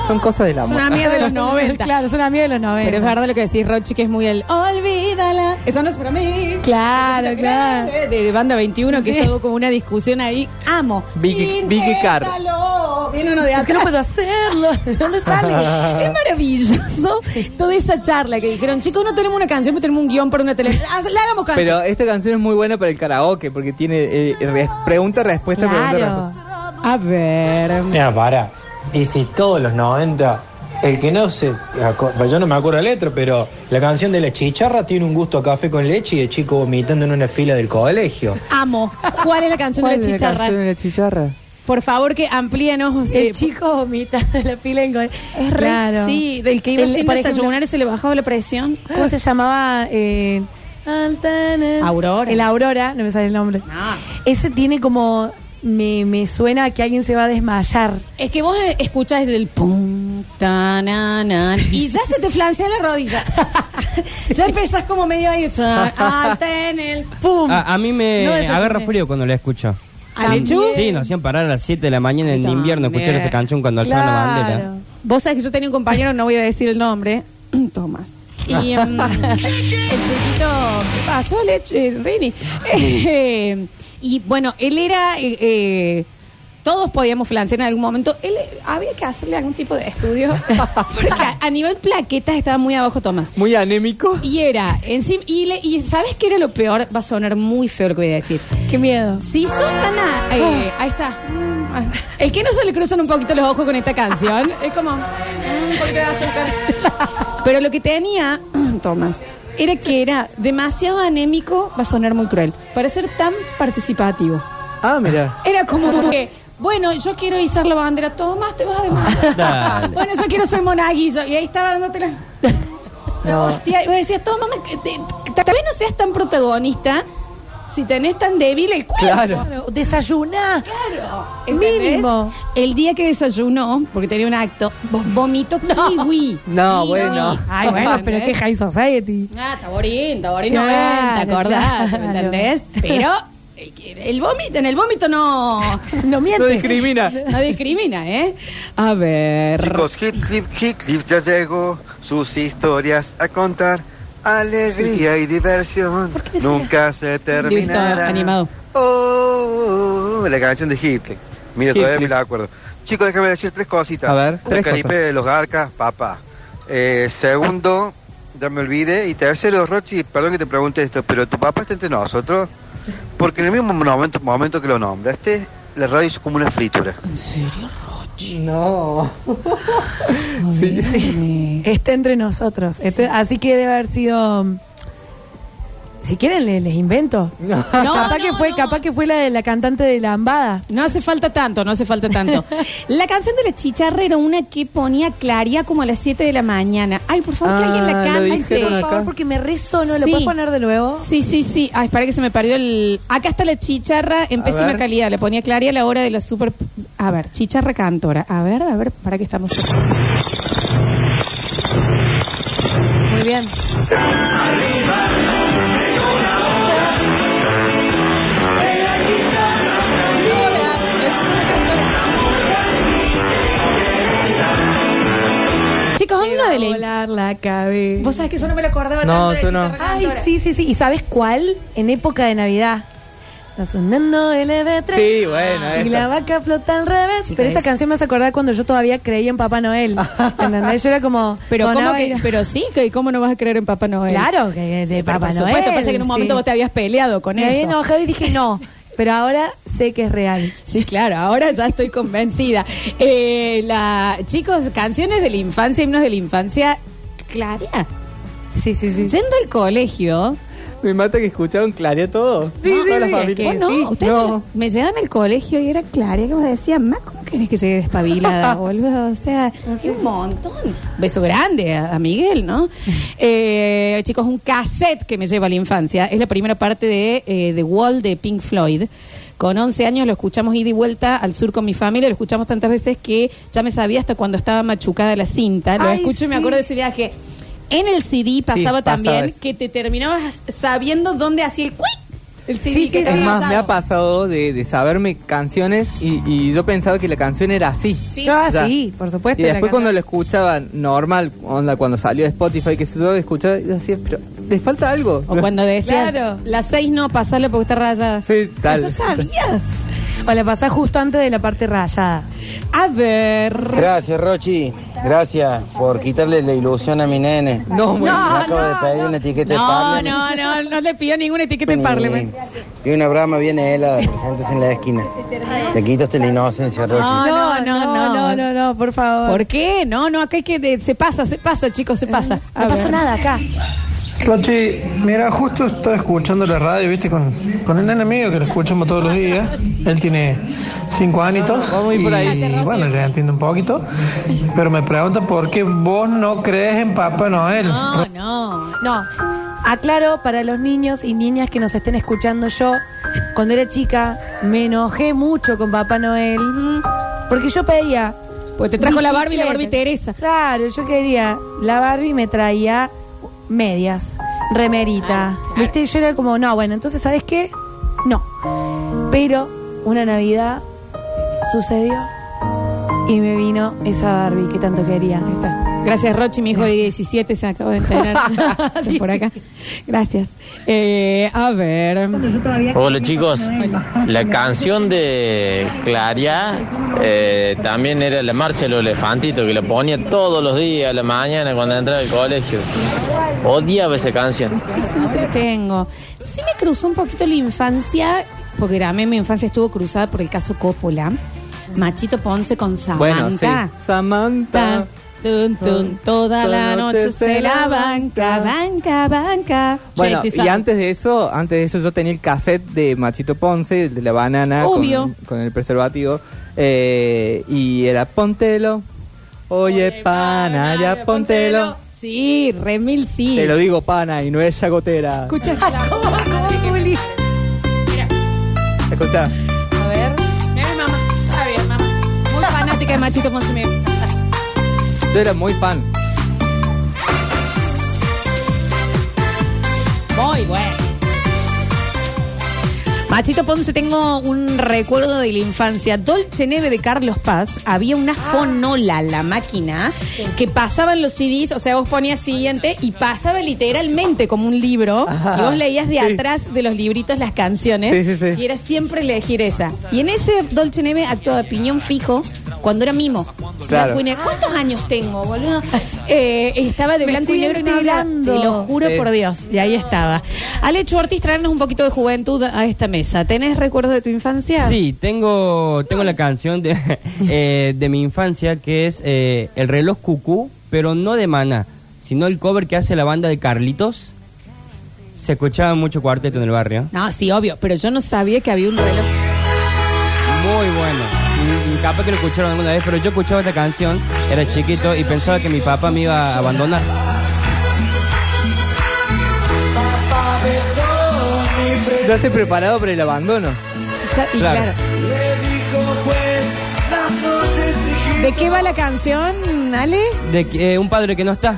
Speaker 2: son cosas del
Speaker 1: Es
Speaker 2: amor.
Speaker 1: una amiga de los 90.
Speaker 3: Claro, es una amiga de los 90.
Speaker 1: Pero es verdad lo que decís, Rochi, que es muy el olvídala. Eso no es para mí.
Speaker 3: Claro,
Speaker 1: Esta
Speaker 3: claro.
Speaker 1: grande De banda 21, que
Speaker 3: Sí.
Speaker 1: es todo como una discusión ahí. Amo.
Speaker 2: Vicky- Vicky Carr.
Speaker 1: Inténtalo. Viene uno de
Speaker 3: Es que no
Speaker 1: atrás.
Speaker 3: puedo hacerlo. ¿De dónde sale?
Speaker 1: Es maravilloso toda esa charla que dijeron, chicos, no tenemos una canción, pero tenemos un guión para una tele. Haz- La hagamos canción.
Speaker 2: Pero esta canción es muy buena para el karaoke porque tiene eh, re- pregunta-respuesta, pregunta-respuesta.
Speaker 3: Claro.
Speaker 1: A ver.
Speaker 12: Mira, para. Y si todos los 90, el que no se. aco- Yo no me acuerdo la letra, pero la canción de la chicharra tiene un gusto a café con leche y el chico vomitando en una fila del colegio.
Speaker 1: Amo. ¿Cuál es la canción de
Speaker 2: ¿Cuál
Speaker 1: la
Speaker 2: es la
Speaker 1: chicharra?
Speaker 2: canción de la chicharra?
Speaker 1: Por favor, que amplíenos.
Speaker 3: El
Speaker 1: eh,
Speaker 3: chico eh, vomita de la pila en gol.
Speaker 1: Es re, sí, del que iba
Speaker 3: El-
Speaker 1: sin
Speaker 3: por ejemplo-
Speaker 1: desayunar y se le bajaba la presión.
Speaker 3: ¿Cómo se llamaba? Eh, Altanes.
Speaker 1: Aurora.
Speaker 3: El Aurora, no me sale el nombre.
Speaker 1: No.
Speaker 3: Ese tiene como. Me, me suena a que alguien se va a desmayar.
Speaker 1: Es que vos eh, escuchás el pum, tananan, y ya se te flancea la rodilla. ya empezás como medio ahí, cha, alta en el...
Speaker 3: ¡Pum!
Speaker 13: Ah, A, a mí me
Speaker 3: No desayuné.
Speaker 13: agarra frío cuando la escucho.
Speaker 1: ¿A Lechu?
Speaker 13: Sí, nos hacían parar a las 7 de la mañana en
Speaker 1: También.
Speaker 13: invierno, escuchar esa canción cuando alzaban la bandera.
Speaker 3: Claro.
Speaker 1: Vos sabés que yo tenía un compañero, no voy a decir el nombre, Tomás. Y em, el chiquito ¿qué pasó, Lech, Eh, Rini. Eh, y bueno, él era... eh, eh, todos podíamos flancear en algún momento. Él eh, había que hacerle algún tipo de estudio. Porque a, a nivel plaquetas estaba muy abajo Tomás.
Speaker 2: Muy anémico.
Speaker 1: Y era, encima, y, le- y ¿sabes qué era lo peor? Va a sonar muy feo lo que voy a decir.
Speaker 3: ¡Qué miedo!
Speaker 1: Si sos tan... a- eh, ahí está. Mm, ah. El que no se le cruzan un poquito los ojos con esta canción, es como... mm, un poquito de azúcar. Pero lo que tenía, Tomás, era que era demasiado anémico, va a sonar muy cruel, para ser tan participativo.
Speaker 2: Ah, mira.
Speaker 1: Era como que, bueno, yo quiero izar la bandera, Tomás, te vas a demandar.
Speaker 13: Dale.
Speaker 1: bueno, yo quiero ser monaguillo. Y ahí estaba dándote la...
Speaker 2: No.
Speaker 1: Hostia, y vos decías, Tomás, que te- tal vez no seas tan protagonista si tenés tan débil el cuerpo.
Speaker 2: Claro.
Speaker 3: Desayuná.
Speaker 1: Claro.
Speaker 3: Mínimo.
Speaker 1: El día que desayunó, porque tenía un acto, vo- vomitó kiwi.
Speaker 2: No,
Speaker 1: Kiwi.
Speaker 2: bueno.
Speaker 3: Ay, bueno, pero qué
Speaker 1: ¿Entendés?
Speaker 3: high society.
Speaker 1: Ah, Taborín, Taborín
Speaker 3: Claro,
Speaker 1: 90, acordás,
Speaker 3: claro.
Speaker 1: ¿entendés? Pero el, el vómito, en el vómito no,
Speaker 3: No
Speaker 2: No
Speaker 3: miente.
Speaker 2: discrimina.
Speaker 1: no discrimina, ¿eh? A ver.
Speaker 14: Chicos, Heathcliff, Heathcliff ya llegó sus historias a contar. Alegría y diversión nunca se terminará.
Speaker 1: animado.
Speaker 14: Oh, oh, oh, la canción de Heathcliff. Mira, todavía me
Speaker 2: Heathcliff.
Speaker 14: la acuerdo. Chicos, déjame decir tres cositas.
Speaker 2: A ver,
Speaker 14: El
Speaker 2: tres
Speaker 14: calibre
Speaker 2: cosas.
Speaker 14: de los garcas, papá. Eh, segundo, ya me olvidé. Y tercero, Rochi, perdón que te pregunte esto, pero tu papá está entre nosotros. Porque en el mismo momento, momento que lo nombraste, la radio es como una fritura.
Speaker 2: No. Sí.
Speaker 3: Está entre nosotros. Este- así que debe haber sido. mm, Si quieren, le- les invento.
Speaker 1: No,
Speaker 3: capaz que
Speaker 1: no,
Speaker 3: fue,
Speaker 1: no.
Speaker 3: capaz que fue la de la cantante de la ambada.
Speaker 1: No hace falta tanto, no hace falta tanto. La canción de la chicharra era una que ponía Claria como a las 7 de la mañana. Ay, por favor, que
Speaker 2: Ah,
Speaker 1: alguien la
Speaker 2: lo
Speaker 1: cante.
Speaker 2: dijeron
Speaker 3: Por favor,
Speaker 2: acá.
Speaker 3: porque me resonó. ¿Lo
Speaker 1: Sí.
Speaker 3: puedes poner de nuevo?
Speaker 1: Sí, sí, sí. Ay, para que se me perdió el. Acá está la chicharra en
Speaker 2: A
Speaker 1: pésima
Speaker 2: ver.
Speaker 1: calidad. Le ponía Claria a la hora de la super. A ver, chicharra cantora. A ver, a ver, para que estamos.
Speaker 3: Muy bien.
Speaker 1: Chicos,
Speaker 3: Me
Speaker 1: onda
Speaker 3: va
Speaker 1: de
Speaker 3: a
Speaker 1: ley.
Speaker 3: volar la cabeza.
Speaker 1: Vos sabés que yo no me la acordaba
Speaker 2: No,
Speaker 1: tanto de
Speaker 2: yo no.
Speaker 1: Chicharra
Speaker 3: Ay,
Speaker 1: Cantora.
Speaker 3: sí, sí, sí. ¿Y sabes cuál? En época de Navidad. Está sonando el EV3.
Speaker 2: Sí, bueno,
Speaker 3: Y
Speaker 2: esa.
Speaker 3: la vaca flota al revés.
Speaker 1: Chica,
Speaker 3: pero esa
Speaker 1: es-
Speaker 3: canción me hace acordar cuando yo todavía creía en Papá Noel. ¿Entendés? Yo era como.
Speaker 1: Pero, ¿cómo
Speaker 3: sonaba
Speaker 1: que,
Speaker 3: y-
Speaker 1: pero sí, que ¿cómo no vas a creer en Papá Noel?
Speaker 3: Claro, que es de
Speaker 1: Pero
Speaker 3: Papá
Speaker 1: por
Speaker 3: Noel.
Speaker 1: supuesto, pasa que en un momento
Speaker 3: sí.
Speaker 1: vos te habías peleado con
Speaker 3: Me
Speaker 1: eso.
Speaker 3: había enojado y dije no. Pero ahora sé que es real.
Speaker 1: Sí, claro, ahora ya estoy convencida. Eh, la, chicos, canciones de la infancia, himnos de la infancia, Claria.
Speaker 3: Sí, sí, sí.
Speaker 1: Yendo al colegio,
Speaker 2: Me mata que escucharon clarear todos.
Speaker 1: No,
Speaker 2: Toda la
Speaker 1: es
Speaker 2: familia.
Speaker 1: que no, ustedes me llegan al colegio y era Clara que me decía, ma, ¿cómo querés que llegue despabilada, boludo? O sea, es un montón. Beso grande a, a Miguel, ¿no? Eh, chicos, un cassette que me lleva a la infancia. Es la primera parte de eh, The Wall de Pink Floyd. Con 11 años lo escuchamos ida y vuelta al sur con mi familia, lo escuchamos tantas veces que ya me sabía hasta cuando estaba machucada la cinta. Lo
Speaker 3: Ay,
Speaker 1: escucho y me
Speaker 3: sí.
Speaker 1: acuerdo de ese viaje. En el CD pasaba
Speaker 2: pasaba
Speaker 1: también
Speaker 2: eso.
Speaker 1: que te terminabas sabiendo dónde hacía el quick. El CD
Speaker 2: Sí,
Speaker 1: que
Speaker 2: es
Speaker 1: te habían
Speaker 2: más, me ha
Speaker 1: dado.
Speaker 2: pasado de, de saberme canciones y, y yo pensaba que la canción era así.
Speaker 1: Sí.
Speaker 3: Yo
Speaker 2: Ya.
Speaker 3: así, por supuesto.
Speaker 2: y
Speaker 3: la
Speaker 2: después
Speaker 3: canción.
Speaker 2: cuando lo escuchaba normal, onda, cuando salió de Spotify, que se yo, escuchaba y decía, pero les falta algo.
Speaker 1: O cuando decían,
Speaker 3: Claro.
Speaker 1: las seis no, pasalo porque está rayada.
Speaker 2: Sí, tal.
Speaker 1: ¿Eso sabías?
Speaker 3: O la pasás justo antes de la parte rayada.
Speaker 1: A ver.
Speaker 15: Gracias, Rochi. Gracias por quitarle la ilusión a mi nene.
Speaker 2: No,
Speaker 15: Me acabo de pedir una etiqueta de
Speaker 1: No,
Speaker 15: Parliament
Speaker 1: no, no, no le pido ninguna etiqueta en pues. Parliament.
Speaker 15: y una brama viene helada, presentes en la esquina. Le quitaste la inocencia, Rochi.
Speaker 1: No, no, no, no,
Speaker 3: no, no, no, por favor.
Speaker 1: ¿Por qué? No, no, acá hay que... de- se pasa, se pasa, chicos, se pasa.
Speaker 3: Eh, No pasó nada acá.
Speaker 16: Rochi, mira, justo estaba escuchando la radio, viste, con, con el nene mío que lo escuchamos todos los días. Él tiene cinco añitos.
Speaker 2: vamos a ir
Speaker 16: y,
Speaker 2: por ahí. Gracias, Rocío.
Speaker 16: bueno, ya entiendo un poquito. Pero me pregunta por qué vos no crees en Papá Noel.
Speaker 1: No, no.
Speaker 3: No, aclaro para los niños y niñas que nos estén escuchando yo, cuando era chica me enojé mucho con Papá Noel porque yo pedía...
Speaker 1: Pues te trajo la Barbie y la Barbie Teresa.
Speaker 3: Claro, yo quería, la Barbie me traía medias, remerita. ¿Viste? Yo era como, no, bueno, entonces, ¿sabes qué? No. Pero una Navidad sucedió y me vino esa Barbie que tanto quería.
Speaker 1: Gracias, Rochi, mi hijo de 17 se acaba de enterar. Está por acá. Gracias. Eh, a ver.
Speaker 17: Hola chicos, la canción de Claria eh, también era la marcha de los elefantitos que la ponía todos los días a la mañana cuando entraba al colegio. Odiaba esa canción.
Speaker 1: Ese no te lo tengo. Sí me cruzó un poquito la infancia, porque también mi infancia estuvo cruzada por el caso Coppola. Machito Ponce con
Speaker 2: Bueno, sí.
Speaker 1: Samantha.
Speaker 2: Samantha.
Speaker 1: Tun, tun, toda la noche se la banca, banca, banca.
Speaker 2: Bueno,
Speaker 1: Che, te
Speaker 2: y
Speaker 1: sabe.
Speaker 2: antes de eso, antes de eso yo tenía el cassette de Machito Ponce, el de la banana,
Speaker 1: Obvio.
Speaker 2: Con, con el preservativo, eh, y era Pontelo, oye pana, ya Pontelo,
Speaker 1: Sí, remil sí.
Speaker 2: te lo digo pana y no es chagotera.
Speaker 1: Escucha esta la
Speaker 2: Escucha,
Speaker 1: A ver. Mira mi mamá. Está bien, mamá. Muy fanática de Machito Ponce. mi-
Speaker 2: yo era muy fan.
Speaker 1: Muy bueno. Machito Ponce, tengo un recuerdo de la infancia. Dolce Neve de Carlos Paz, había una fonola, la máquina, que pasaban los CDs, o sea, vos ponías siguiente y pasaba literalmente como un libro.
Speaker 2: Ajá.
Speaker 1: Y vos leías de
Speaker 2: Sí.
Speaker 1: atrás de los libritos las canciones.
Speaker 2: Sí, sí, sí.
Speaker 1: Y era siempre elegir esa. Y en ese Dolce Neve actuaba Piñón Fijo cuando era mimo.
Speaker 2: Claro.
Speaker 1: Blanco y negro. ¿Cuántos años tengo, boludo? Eh, estaba de
Speaker 3: Me
Speaker 1: blanco y negro
Speaker 3: estoy
Speaker 1: y no habla.
Speaker 3: enterando.
Speaker 1: Te lo juro
Speaker 3: Sí.
Speaker 1: por Dios. Y ahí estaba. Alecho Ortiz, traernos un poquito de juventud a esta mesa. ¿Tenés recuerdos de tu infancia?
Speaker 13: Sí, tengo, tengo la canción de, eh, de mi infancia que es eh, El reloj cucú, pero no de Mana, sino el cover que hace la banda de Carlitos. Se escuchaba mucho cuarteto en el barrio.
Speaker 1: No, sí, obvio. Pero yo no sabía que había un reloj.
Speaker 13: Muy bueno. Y- y Capaz que lo escucharon alguna vez, pero yo escuchaba esta canción, era chiquito y pensaba que mi papá me iba a abandonar.
Speaker 2: Ya se preparado para el abandono.
Speaker 1: Ya- y claro.
Speaker 2: Claro.
Speaker 1: ¿De qué va la canción, Ale?
Speaker 13: De que, eh, un padre que no está,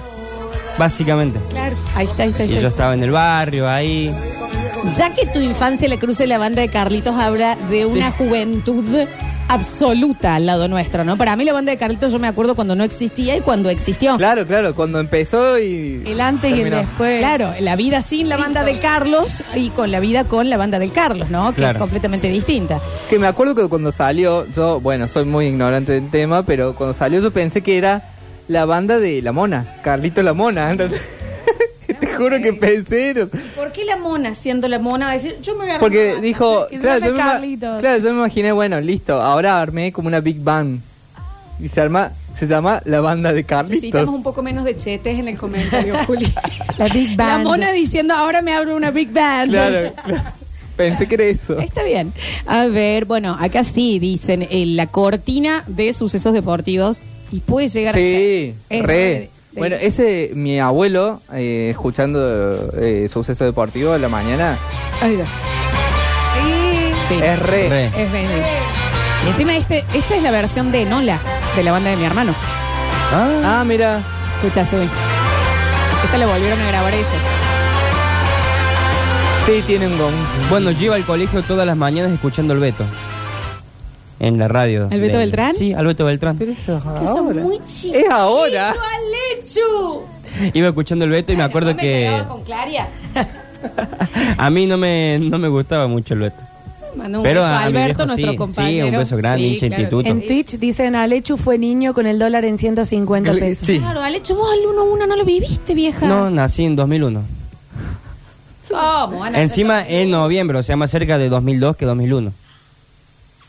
Speaker 13: básicamente.
Speaker 1: Claro. Ahí está, ahí está. Ahí
Speaker 13: Y yo
Speaker 1: está.
Speaker 13: estaba en el barrio, ahí.
Speaker 1: Ya que tu infancia le cruce la banda de Carlitos, habla de una juventud absoluta al lado nuestro, ¿no? Para mí la banda de Carlitos yo me acuerdo cuando no existía y cuando existió.
Speaker 2: Claro, claro, cuando empezó y...
Speaker 3: El antes y el
Speaker 2: terminó.
Speaker 3: después.
Speaker 1: Claro, la vida sin la banda del Carlos y con la vida con la banda del Carlos, ¿no? Que es
Speaker 2: Claro.
Speaker 1: completamente distinta.
Speaker 2: Que me acuerdo que cuando salió, yo, bueno, soy muy ignorante del tema, pero cuando salió yo pensé que era la banda de La Mona, Carlito La Mona. Entonces, Te
Speaker 1: Ah,
Speaker 2: juro que pensé. no-
Speaker 1: ¿Por qué la mona, siendo la mona, va a decir, yo me voy a
Speaker 2: Porque dijo,
Speaker 1: Que se
Speaker 2: claro
Speaker 1: llame
Speaker 2: yo, me, ima-
Speaker 1: Carlitos.
Speaker 2: claro, yo me imaginé, bueno, listo, ahora armé como una Big Bang. Y se arma se llama La Banda de
Speaker 1: Necesitamos
Speaker 2: Carlitos.
Speaker 1: un poco menos de chetes en el comentario, Juli.
Speaker 3: La Big
Speaker 1: La
Speaker 3: Band.
Speaker 1: mona diciendo, ahora me abro una Big Band.
Speaker 2: Claro, claro. Pensé que era eso.
Speaker 1: Está bien. A ver, bueno, acá sí dicen eh, la cortina de sucesos deportivos y puede llegar a ser.
Speaker 2: Sí,
Speaker 1: Es
Speaker 2: re.
Speaker 1: Sí.
Speaker 2: Bueno, ese, mi abuelo, eh, escuchando eh, suceso deportivo a la mañana,
Speaker 1: Ahí va. Sí.
Speaker 2: es re.
Speaker 13: Re.
Speaker 1: Es re. Y encima este, esta es la versión de Nola, de la banda de mi hermano.
Speaker 13: Ah,
Speaker 2: Ah, mira.
Speaker 1: Escucha, sube. Esta la volvieron a grabar ellos.
Speaker 2: Sí, tienen con.
Speaker 13: Bueno, yo iba al colegio todas las mañanas escuchando el Beto. En la radio.
Speaker 1: ¿El Beto
Speaker 13: del-
Speaker 1: Beltrán?
Speaker 13: Sí, al Beto Beltrán.
Speaker 1: Que son muy chicos.
Speaker 2: Es ahora.
Speaker 1: Alechu!
Speaker 13: Iba escuchando el Beto y me acuerdo
Speaker 1: Después me
Speaker 13: que
Speaker 1: llegaba con Claria.
Speaker 13: a mí no me, no me gustaba mucho el Beto.
Speaker 1: Mandó un
Speaker 13: Pero
Speaker 1: beso a,
Speaker 13: a mi
Speaker 1: Alberto,
Speaker 13: viejo
Speaker 1: nuestro
Speaker 13: sí, sí,
Speaker 1: compañero.
Speaker 13: un beso grande, hincha
Speaker 1: claro
Speaker 13: instituto.
Speaker 1: que
Speaker 13: En
Speaker 1: sí.
Speaker 3: Twitch dicen, Alechu fue niño con el dólar en 150 pesos.
Speaker 13: Sí.
Speaker 1: Claro, Alechu, vos al 1-1 no lo viviste, vieja.
Speaker 13: No, nací en 2001.
Speaker 1: ¿Cómo? Ana?
Speaker 13: Encima en noviembre, o sea, más cerca de 2002 que 2001.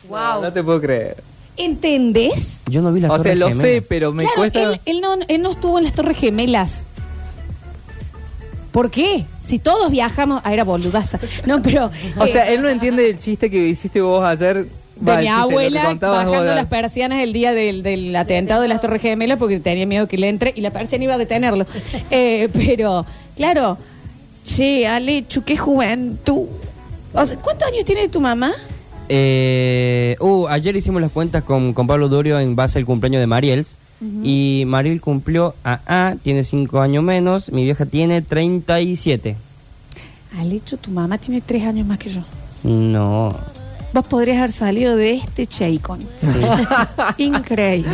Speaker 1: Wow.
Speaker 2: No te puedo creer.
Speaker 1: ¿Entendés?
Speaker 13: Yo no vi las
Speaker 2: O sea,
Speaker 13: Torres
Speaker 2: lo sé,
Speaker 13: Gemelas.
Speaker 2: pero me
Speaker 1: claro,
Speaker 2: cuesta.
Speaker 1: él, él no, él no estuvo en las Torres Gemelas. ¿Por qué? Si todos viajamos. Ah, era boludaza. No, pero.
Speaker 2: O
Speaker 1: eh,
Speaker 2: sea, él no entiende el chiste que hiciste vos ayer.
Speaker 1: de
Speaker 2: Va, el chiste, lo
Speaker 1: mi
Speaker 2: que
Speaker 1: abuela
Speaker 2: contabas
Speaker 1: bajando
Speaker 2: vos, Dan.
Speaker 1: las persianas el día del, del atentado de las Torres Gemelas porque tenía miedo que le entre y la persiana iba a detenerlo. Eh, pero, claro, che, Alechu, qué juventud. O sea, ¿Cuántos años tiene tu mamá?
Speaker 13: Eh, uh, ayer hicimos las cuentas con, con Pablo Durio en base al cumpleaños de Mariels. Y Mariel cumplió a A, tiene 5 años menos, mi vieja tiene 37.
Speaker 1: Alechu, tu mamá tiene tres años más que yo.
Speaker 13: No.
Speaker 1: Vos podrías haber salido de este Cheicon. Increíble.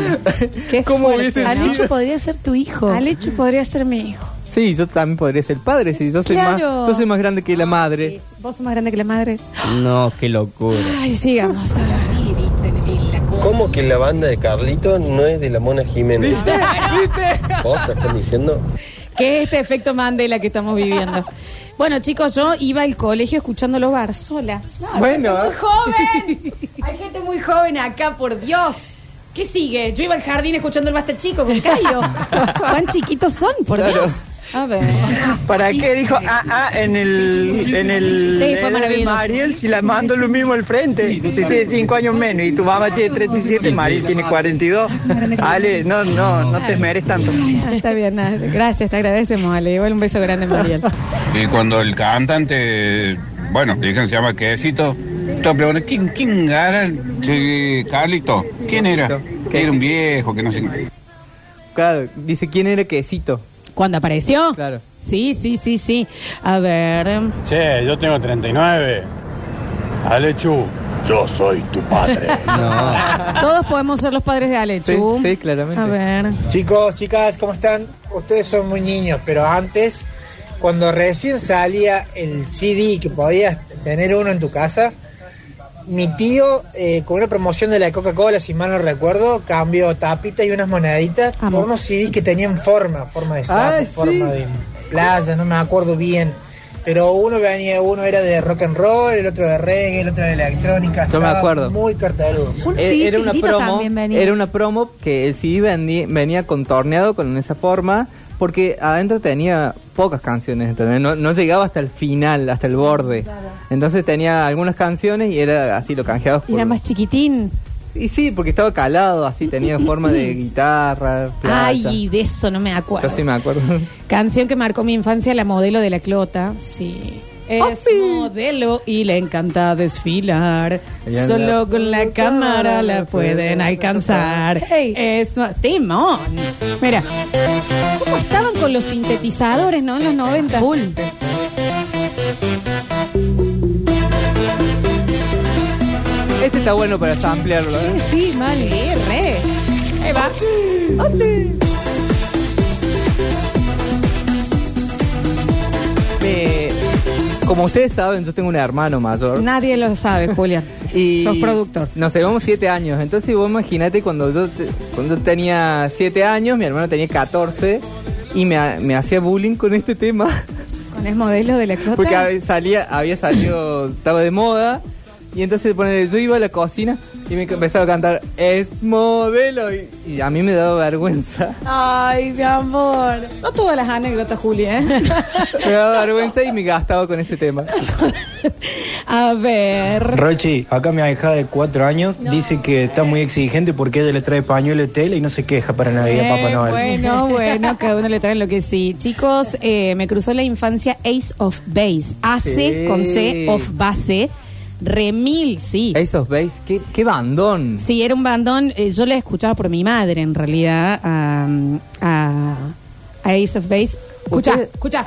Speaker 1: Qué
Speaker 2: ¿Cómo
Speaker 1: fuerte,
Speaker 2: hubiese
Speaker 1: ¿no?
Speaker 3: Alechu podría ser tu hijo.
Speaker 1: Alechu podría ser mi hijo.
Speaker 2: Sí, yo también podría ser padre. Si yo soy,
Speaker 1: Claro. Ah,
Speaker 2: más, yo soy más grande que la madre.
Speaker 1: Vos sos más grande que la madre.
Speaker 13: No, qué locura.
Speaker 1: Ay, sigamos.
Speaker 18: ¿Cómo que la banda de Carlito no es de la Mona Jiménez? ¿Vos te están diciendo?
Speaker 1: que es este efecto Mandela que estamos viviendo. Bueno, chicos, yo iba al colegio escuchándolo Barzola. sola
Speaker 2: Bueno.
Speaker 1: Hay gente muy joven. Hay gente muy joven acá, por Dios. ¿Qué sigue? Yo iba al jardín escuchando el Basta Chico con Cayo. ¿Cuán chiquitos son, por Dios? A ver.
Speaker 19: ¿Para qué dijo ah, ah en el en el
Speaker 1: Sí,
Speaker 19: en
Speaker 1: fue
Speaker 19: el de
Speaker 1: maravilloso.
Speaker 19: Mariel si la mando lo mismo al frente? Si tiene 5 años menos y tu mamá tiene 37, Mariel tiene 42. Ale, no, no, no te mereces tanto.
Speaker 1: Ah, Está bien, nada. gracias, te agradecemos, Ale. Igual un beso grande, Mariel.
Speaker 20: Y cuando el cantante, bueno, dicen se llama Quesito, todos preguntan, ¿quién, quién era? Sí, Carlito, ¿quién era? Era un viejo, que no sé qué.
Speaker 2: Claro, dice quién era quesito.
Speaker 1: ¿Cuándo apareció?
Speaker 2: Claro.
Speaker 1: Sí, sí, sí, sí. A ver.
Speaker 21: Che, yo tengo 39. Alechu, yo soy tu padre.
Speaker 1: Todos podemos ser los padres de Alechu.
Speaker 2: Sí, sí, claramente.
Speaker 1: A ver.
Speaker 22: Chicos, chicas, ¿cómo están? Ustedes son muy niños, pero antes, cuando recién salía el CD que podías tener uno en tu casa, mi tío, eh, con una promoción de la Coca-Cola, si mal no recuerdo, cambió tapitas y unas moneditas por unos CDs que tenían forma, forma de sapo,
Speaker 2: Ah,
Speaker 22: forma
Speaker 2: sí.
Speaker 22: de playa, no me acuerdo bien. Pero uno venía, uno era de rock and roll, el otro de reggae, el otro de electrónica.
Speaker 2: Yo me
Speaker 22: Estaba
Speaker 2: acuerdo.
Speaker 22: Muy cartarudo.
Speaker 2: Eh, era una promo, era una promo que el CD vendí- venía contorneado con esa forma porque adentro tenía pocas canciones, ¿entendés? No, no llegaba hasta el final, hasta el borde. Entonces tenía algunas canciones y era así lo canjeabas
Speaker 1: Era
Speaker 2: por-
Speaker 1: más chiquitín.
Speaker 2: Y sí, porque estaba calado así, tenía forma de guitarra, playa.
Speaker 1: Ay, de eso no me acuerdo.
Speaker 2: Yo sí me acuerdo.
Speaker 1: Canción que marcó mi infancia, la modelo de la clota. Sí. Es modelo y le encanta desfilar.
Speaker 2: Ella la-
Speaker 1: Solo con la cámara la pueden alcanzar. Es temón. Mira, ¿cómo estaban con los sintetizadores, no? En los 90.
Speaker 2: Este está bueno para ampliarlo, ¿eh?
Speaker 1: Sí, mal. re. Ahí va.
Speaker 2: Me- como ustedes saben, yo tengo un hermano mayor.
Speaker 1: Nadie lo sabe, Julián.
Speaker 2: Y
Speaker 1: Sos productor.
Speaker 2: Nos llevamos siete años. Entonces vos imaginate cuando yo te- cuando yo tenía siete años, mi hermano tenía 14 y me, ha- me hacía bullying con este tema.
Speaker 1: Con es modelo de la clota.
Speaker 2: Porque hab- salía, había salido, estaba de moda Y entonces ponele, yo iba a la cocina y me empezaba a cantar, es modelo. Y, y a mí me daba vergüenza.
Speaker 1: Ay, mi amor. No todas las anécdotas, Juli, ¿eh?
Speaker 2: Me daba vergüenza y me gastaba con ese tema.
Speaker 1: A ver.
Speaker 12: Rochi, acá mi hija de cuatro años dice que está muy exigente porque ella le trae pañuelo de tela y no se queja para Navidad,
Speaker 1: Eh,
Speaker 12: Papá Noel.
Speaker 1: Bueno, bueno, cada uno le trae lo que sí. Chicos, eh, me cruzó la infancia Ace of Base. AC
Speaker 2: Sí.
Speaker 1: con C of Base. Remil, sí.
Speaker 2: Ace of Base, qué, qué bandón.
Speaker 1: Sí, era un bandón. eh, yo la escuchaba por mi madre, en realidad, a, a- a Ace of Base. Escucha,
Speaker 2: Ustedes-
Speaker 1: escucha.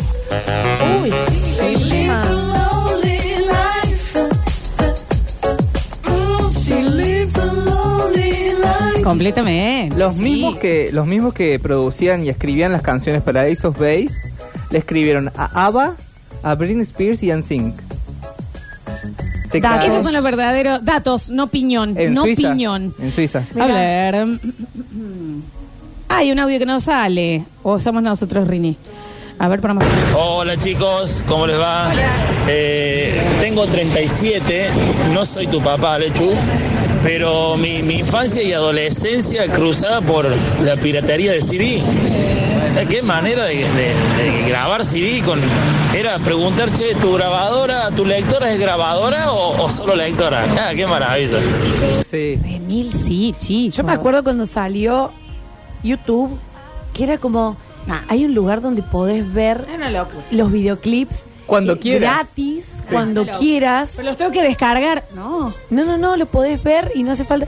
Speaker 1: Uy, sí, qué tema. Completamente.
Speaker 2: Los
Speaker 1: sí.
Speaker 2: mismos que los mismos que producían y escribían las canciones para Ace of Base le escribieron a ABBA, a Britney Spears y a NSYNC. Te
Speaker 1: Datos.
Speaker 2: cagas.
Speaker 1: Esos son los verdaderos datos, no piñón,
Speaker 2: En
Speaker 1: no
Speaker 2: Suiza,
Speaker 1: piñón.
Speaker 2: En Suiza.
Speaker 1: A ver. Hay un audio que no sale. O somos nosotros, Rini. A ver, para más.
Speaker 5: Hola chicos, ¿cómo les va? Eh, tengo 37, no soy tu papá, Lechu, pero mi, mi infancia y adolescencia cruzada por la piratería de CD. Eh, Qué manera de, de- de grabar CD con. Era preguntar, che, ¿tu grabadora, tu lectora es grabadora o, o solo lectora? Ya, qué maravilla.
Speaker 2: Sí.
Speaker 1: Remil, sí, chicos.
Speaker 3: Yo me acuerdo cuando salió YouTube, que era como,
Speaker 1: Ah.
Speaker 3: hay un lugar donde podés ver
Speaker 1: Una locura.
Speaker 3: los videoclips.
Speaker 2: Cuando
Speaker 3: eh,
Speaker 2: quieras.
Speaker 3: Gratis,
Speaker 2: Sí.
Speaker 3: cuando
Speaker 1: Una locura.
Speaker 3: quieras.
Speaker 1: Pero los tengo que descargar. No.
Speaker 3: No, no, no, lo podés ver y no hace falta.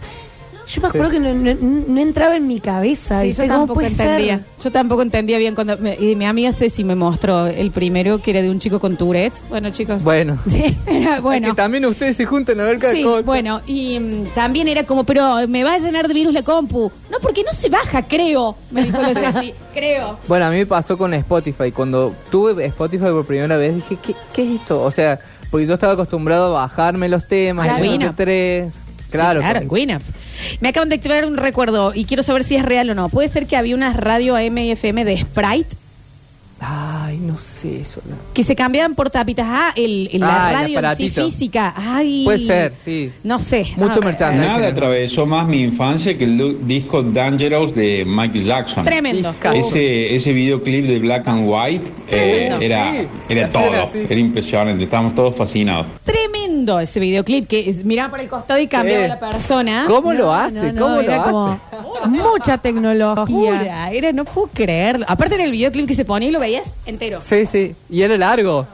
Speaker 3: Yo me acuerdo que no, no- no entraba en mi cabeza.
Speaker 1: Sí,
Speaker 3: ¿viste?
Speaker 1: yo
Speaker 3: ¿Cómo
Speaker 1: tampoco
Speaker 3: puede ser?
Speaker 1: entendía. Yo tampoco entendía bien cuando. me- y mi amiga Ceci me mostró el primero que era de un chico con Tourette. Bueno, chicos.
Speaker 2: Bueno.
Speaker 1: era- bueno.
Speaker 2: Es que también ustedes se juntan a ver cada
Speaker 1: Sí,
Speaker 2: cosa.
Speaker 1: bueno, y mm, también era como, pero me va a llenar de virus la compu. No, porque no se baja, creo, me dijo la Ceci, creo.
Speaker 2: Bueno, a mí me pasó con Spotify. Cuando tuve Spotify por primera vez, dije, ¿qué, qué es esto? O sea, porque yo estaba acostumbrado a bajarme los temas,
Speaker 1: Claro.
Speaker 2: los
Speaker 1: Winamp.
Speaker 2: tres. Claro,
Speaker 1: Sí, claro,
Speaker 2: con-
Speaker 1: Winamp. Me acaban de activar un recuerdo y quiero saber si es real o no. ¿Puede ser que había una radio AM y FM de Sprite
Speaker 2: Ay, no sé eso.
Speaker 1: que se cambiaban por tapitas? Ah, el, el- la
Speaker 2: Ah, el
Speaker 1: radio en sí
Speaker 2: aparatito.
Speaker 1: física. Ay.
Speaker 2: Puede ser, sí.
Speaker 1: No sé.
Speaker 2: Mucho
Speaker 1: Ah,
Speaker 2: merchandising.
Speaker 6: Nada atravesó más mi infancia que el du- disco Dangerous de Michael Jackson.
Speaker 1: Tremendo.
Speaker 6: Ese, ese videoclip de Black and White eh,
Speaker 1: Tremendo,
Speaker 6: era,
Speaker 1: sí.
Speaker 6: era
Speaker 1: Era
Speaker 6: todo,
Speaker 1: así.
Speaker 6: era impresionante, estábamos todos fascinados.
Speaker 1: Tremendo ese videoclip que es, miraba por el costado y cambiaba
Speaker 6: Sí.
Speaker 1: la persona.
Speaker 2: ¿Cómo
Speaker 1: ¿Ah? No,
Speaker 2: lo hace?
Speaker 1: no,
Speaker 2: Ah, ¿Cómo
Speaker 1: no,
Speaker 2: lo
Speaker 1: era
Speaker 2: hace?
Speaker 1: como-
Speaker 3: Mucha tecnología.
Speaker 1: Locura, era, no puedo creerlo. Aparte en el videoclip que se ponía y lo veías entero.
Speaker 2: Sí, sí. Y era largo.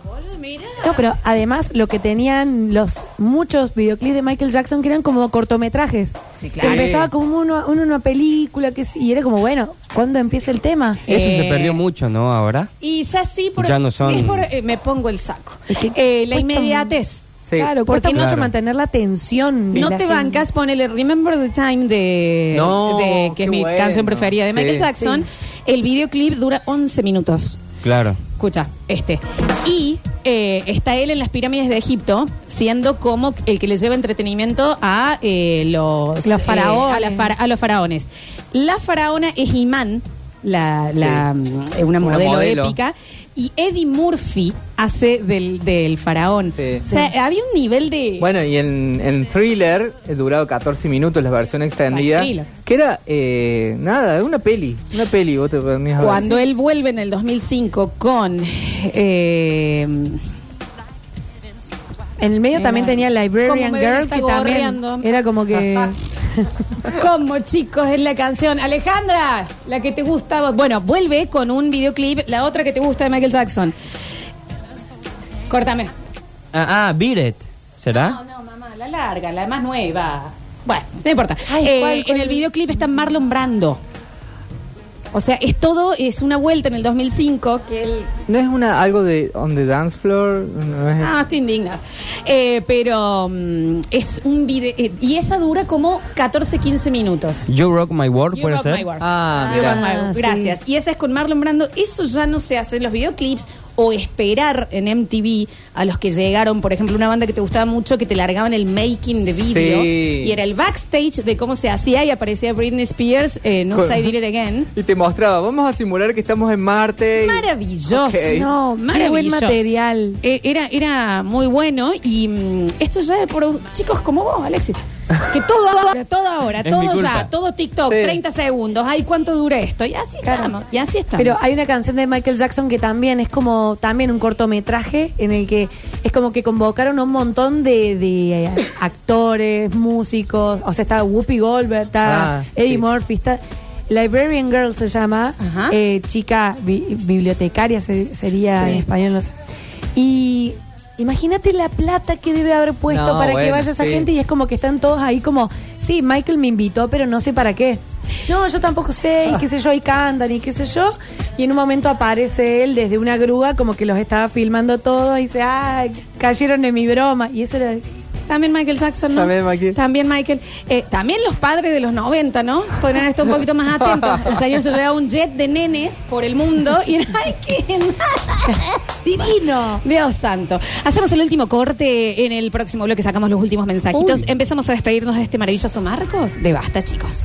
Speaker 3: No, pero además lo que tenían los muchos videoclips de Michael Jackson que eran como cortometrajes.
Speaker 1: claro.
Speaker 3: Se empezaba como uno, uno una película que es- y era como, bueno, ¿cuándo empieza el tema?
Speaker 13: Eso se
Speaker 1: Eh,
Speaker 13: perdió mucho, ¿no? Ahora.
Speaker 1: Y ya sí, por,
Speaker 13: Ya no son-
Speaker 1: es por- eh, me pongo el saco. Eh, la
Speaker 3: cuesta-
Speaker 1: inmediatez.
Speaker 2: Sí.
Speaker 3: Claro,
Speaker 1: Porque
Speaker 3: cuesta
Speaker 1: no-
Speaker 3: mucho
Speaker 1: Claro.
Speaker 3: mantener la tensión.
Speaker 1: No te bancas, ponele Remember the Time de,
Speaker 3: No,
Speaker 1: de- que
Speaker 3: qué
Speaker 1: es mi
Speaker 3: bueno.
Speaker 1: canción preferida de
Speaker 3: Sí.
Speaker 1: Michael Jackson. El videoclip dura 11 minutos.
Speaker 13: Claro.
Speaker 1: Escucha, este. Y eh, está él en las pirámides de Egipto, siendo como el que le lleva entretenimiento a eh, los,
Speaker 3: Los
Speaker 1: eh,
Speaker 3: faraones.
Speaker 1: a, la fara- a los faraones. La faraona es Imán, la, la, mm, eh, una,
Speaker 3: Una
Speaker 1: modelo,
Speaker 3: modelo.
Speaker 1: épica, y Eddie Murphy hace del, del faraón. O sea, había un nivel de...
Speaker 2: Bueno, y en, en Thriller eh, durado 14 minutos la versión extendida.
Speaker 1: Tranquilo.
Speaker 2: Que era, eh, nada, una peli. Una peli, vos te ponías a ver.
Speaker 1: Cuando él vuelve en el 2005 con... eh,
Speaker 3: En el medio también tenía
Speaker 1: Como
Speaker 3: Librarian
Speaker 1: me ven,
Speaker 3: Girl,
Speaker 1: está
Speaker 3: que también
Speaker 1: gorreando.
Speaker 3: era como que...
Speaker 1: Como chicos es la canción. Alejandra, la que te gusta. Bueno, vuelve con un videoclip, la otra que te gusta de Michael Jackson. Córtame.
Speaker 13: Ah, ah Biret. ¿Será?
Speaker 1: Mamá, la larga, la más nueva. Bueno, no importa.
Speaker 3: Ay,
Speaker 1: Eh,
Speaker 3: ¿cuál, cuál?
Speaker 1: En el videoclip está Marlon Brando. O sea, es todo, es una vuelta en el 2005 que él
Speaker 2: ¿No es una algo de On the Dance Floor? ¿No es
Speaker 1: Ah, estoy indigna. Eh, pero mm, es un video. eh, y esa dura como 14, 15 minutos.
Speaker 13: You Rock My World,
Speaker 1: You
Speaker 13: ¿puede
Speaker 1: Rock
Speaker 13: ser?
Speaker 1: My World. You Rock My World. Gracias. Y esa es con Marlon Brando. Eso ya no se hace. Los videoclips o esperar en MTV a los que llegaron, por ejemplo, una banda que te gustaba mucho que te largaban el making de video
Speaker 2: Sí.
Speaker 1: y era el backstage de cómo se hacía y aparecía Britney Spears eh, en
Speaker 2: Con-
Speaker 1: Upside It Again.
Speaker 2: Y te mostraba, vamos a simular que estamos en Marte. y-
Speaker 1: Maravilloso.
Speaker 2: Ok.
Speaker 3: No, qué buen material.
Speaker 1: Eh, era, era muy bueno y mm, esto ya es por chicos como vos, Alexis. Que todo ahora, todo ahora,
Speaker 3: Es mi
Speaker 1: todo
Speaker 3: culpa.
Speaker 1: ya, todo TikTok,
Speaker 3: Sí.
Speaker 1: 30 segundos. Ay, ¿cuánto dura esto? Y así estamos, y así estamos.
Speaker 3: Pero hay una canción de Michael Jackson que también es como también un cortometraje en el que es como que convocaron a un montón de, de, eh, actores, músicos, o sea, está Whoopi Goldberg, está
Speaker 1: Ah,
Speaker 3: Eddie Murphy, está Librarian Girl se llama, eh, chica bi- bibliotecaria se- sería
Speaker 1: Sí.
Speaker 3: en español, no sé. Y imagínate la plata que debe haber puesto
Speaker 1: No,
Speaker 3: para que
Speaker 1: bueno,
Speaker 3: vaya esa
Speaker 1: sí.
Speaker 3: gente y es como que están todos ahí como, sí, Michael me invitó, pero no sé para qué. No, yo tampoco sé, y qué sé yo, y cantan, y qué sé yo. Y en un momento aparece él desde una grúa, como que los estaba filmando todos, y dice, ah, cayeron en mi broma. Y ese era...
Speaker 1: También Michael Jackson, ¿no?
Speaker 3: También
Speaker 1: Michael. También Michael. Eh, también los padres de los 90, ¿no? Podrían estar un poquito más atentos. El señor se llevaba un jet de nenes por el mundo y era, ¡ay, qué
Speaker 3: divino!
Speaker 1: Dios santo. Hacemos el último corte en el próximo bloque, sacamos los últimos mensajitos. Empezamos a despedirnos de este maravilloso Marcos de Basta, chicos.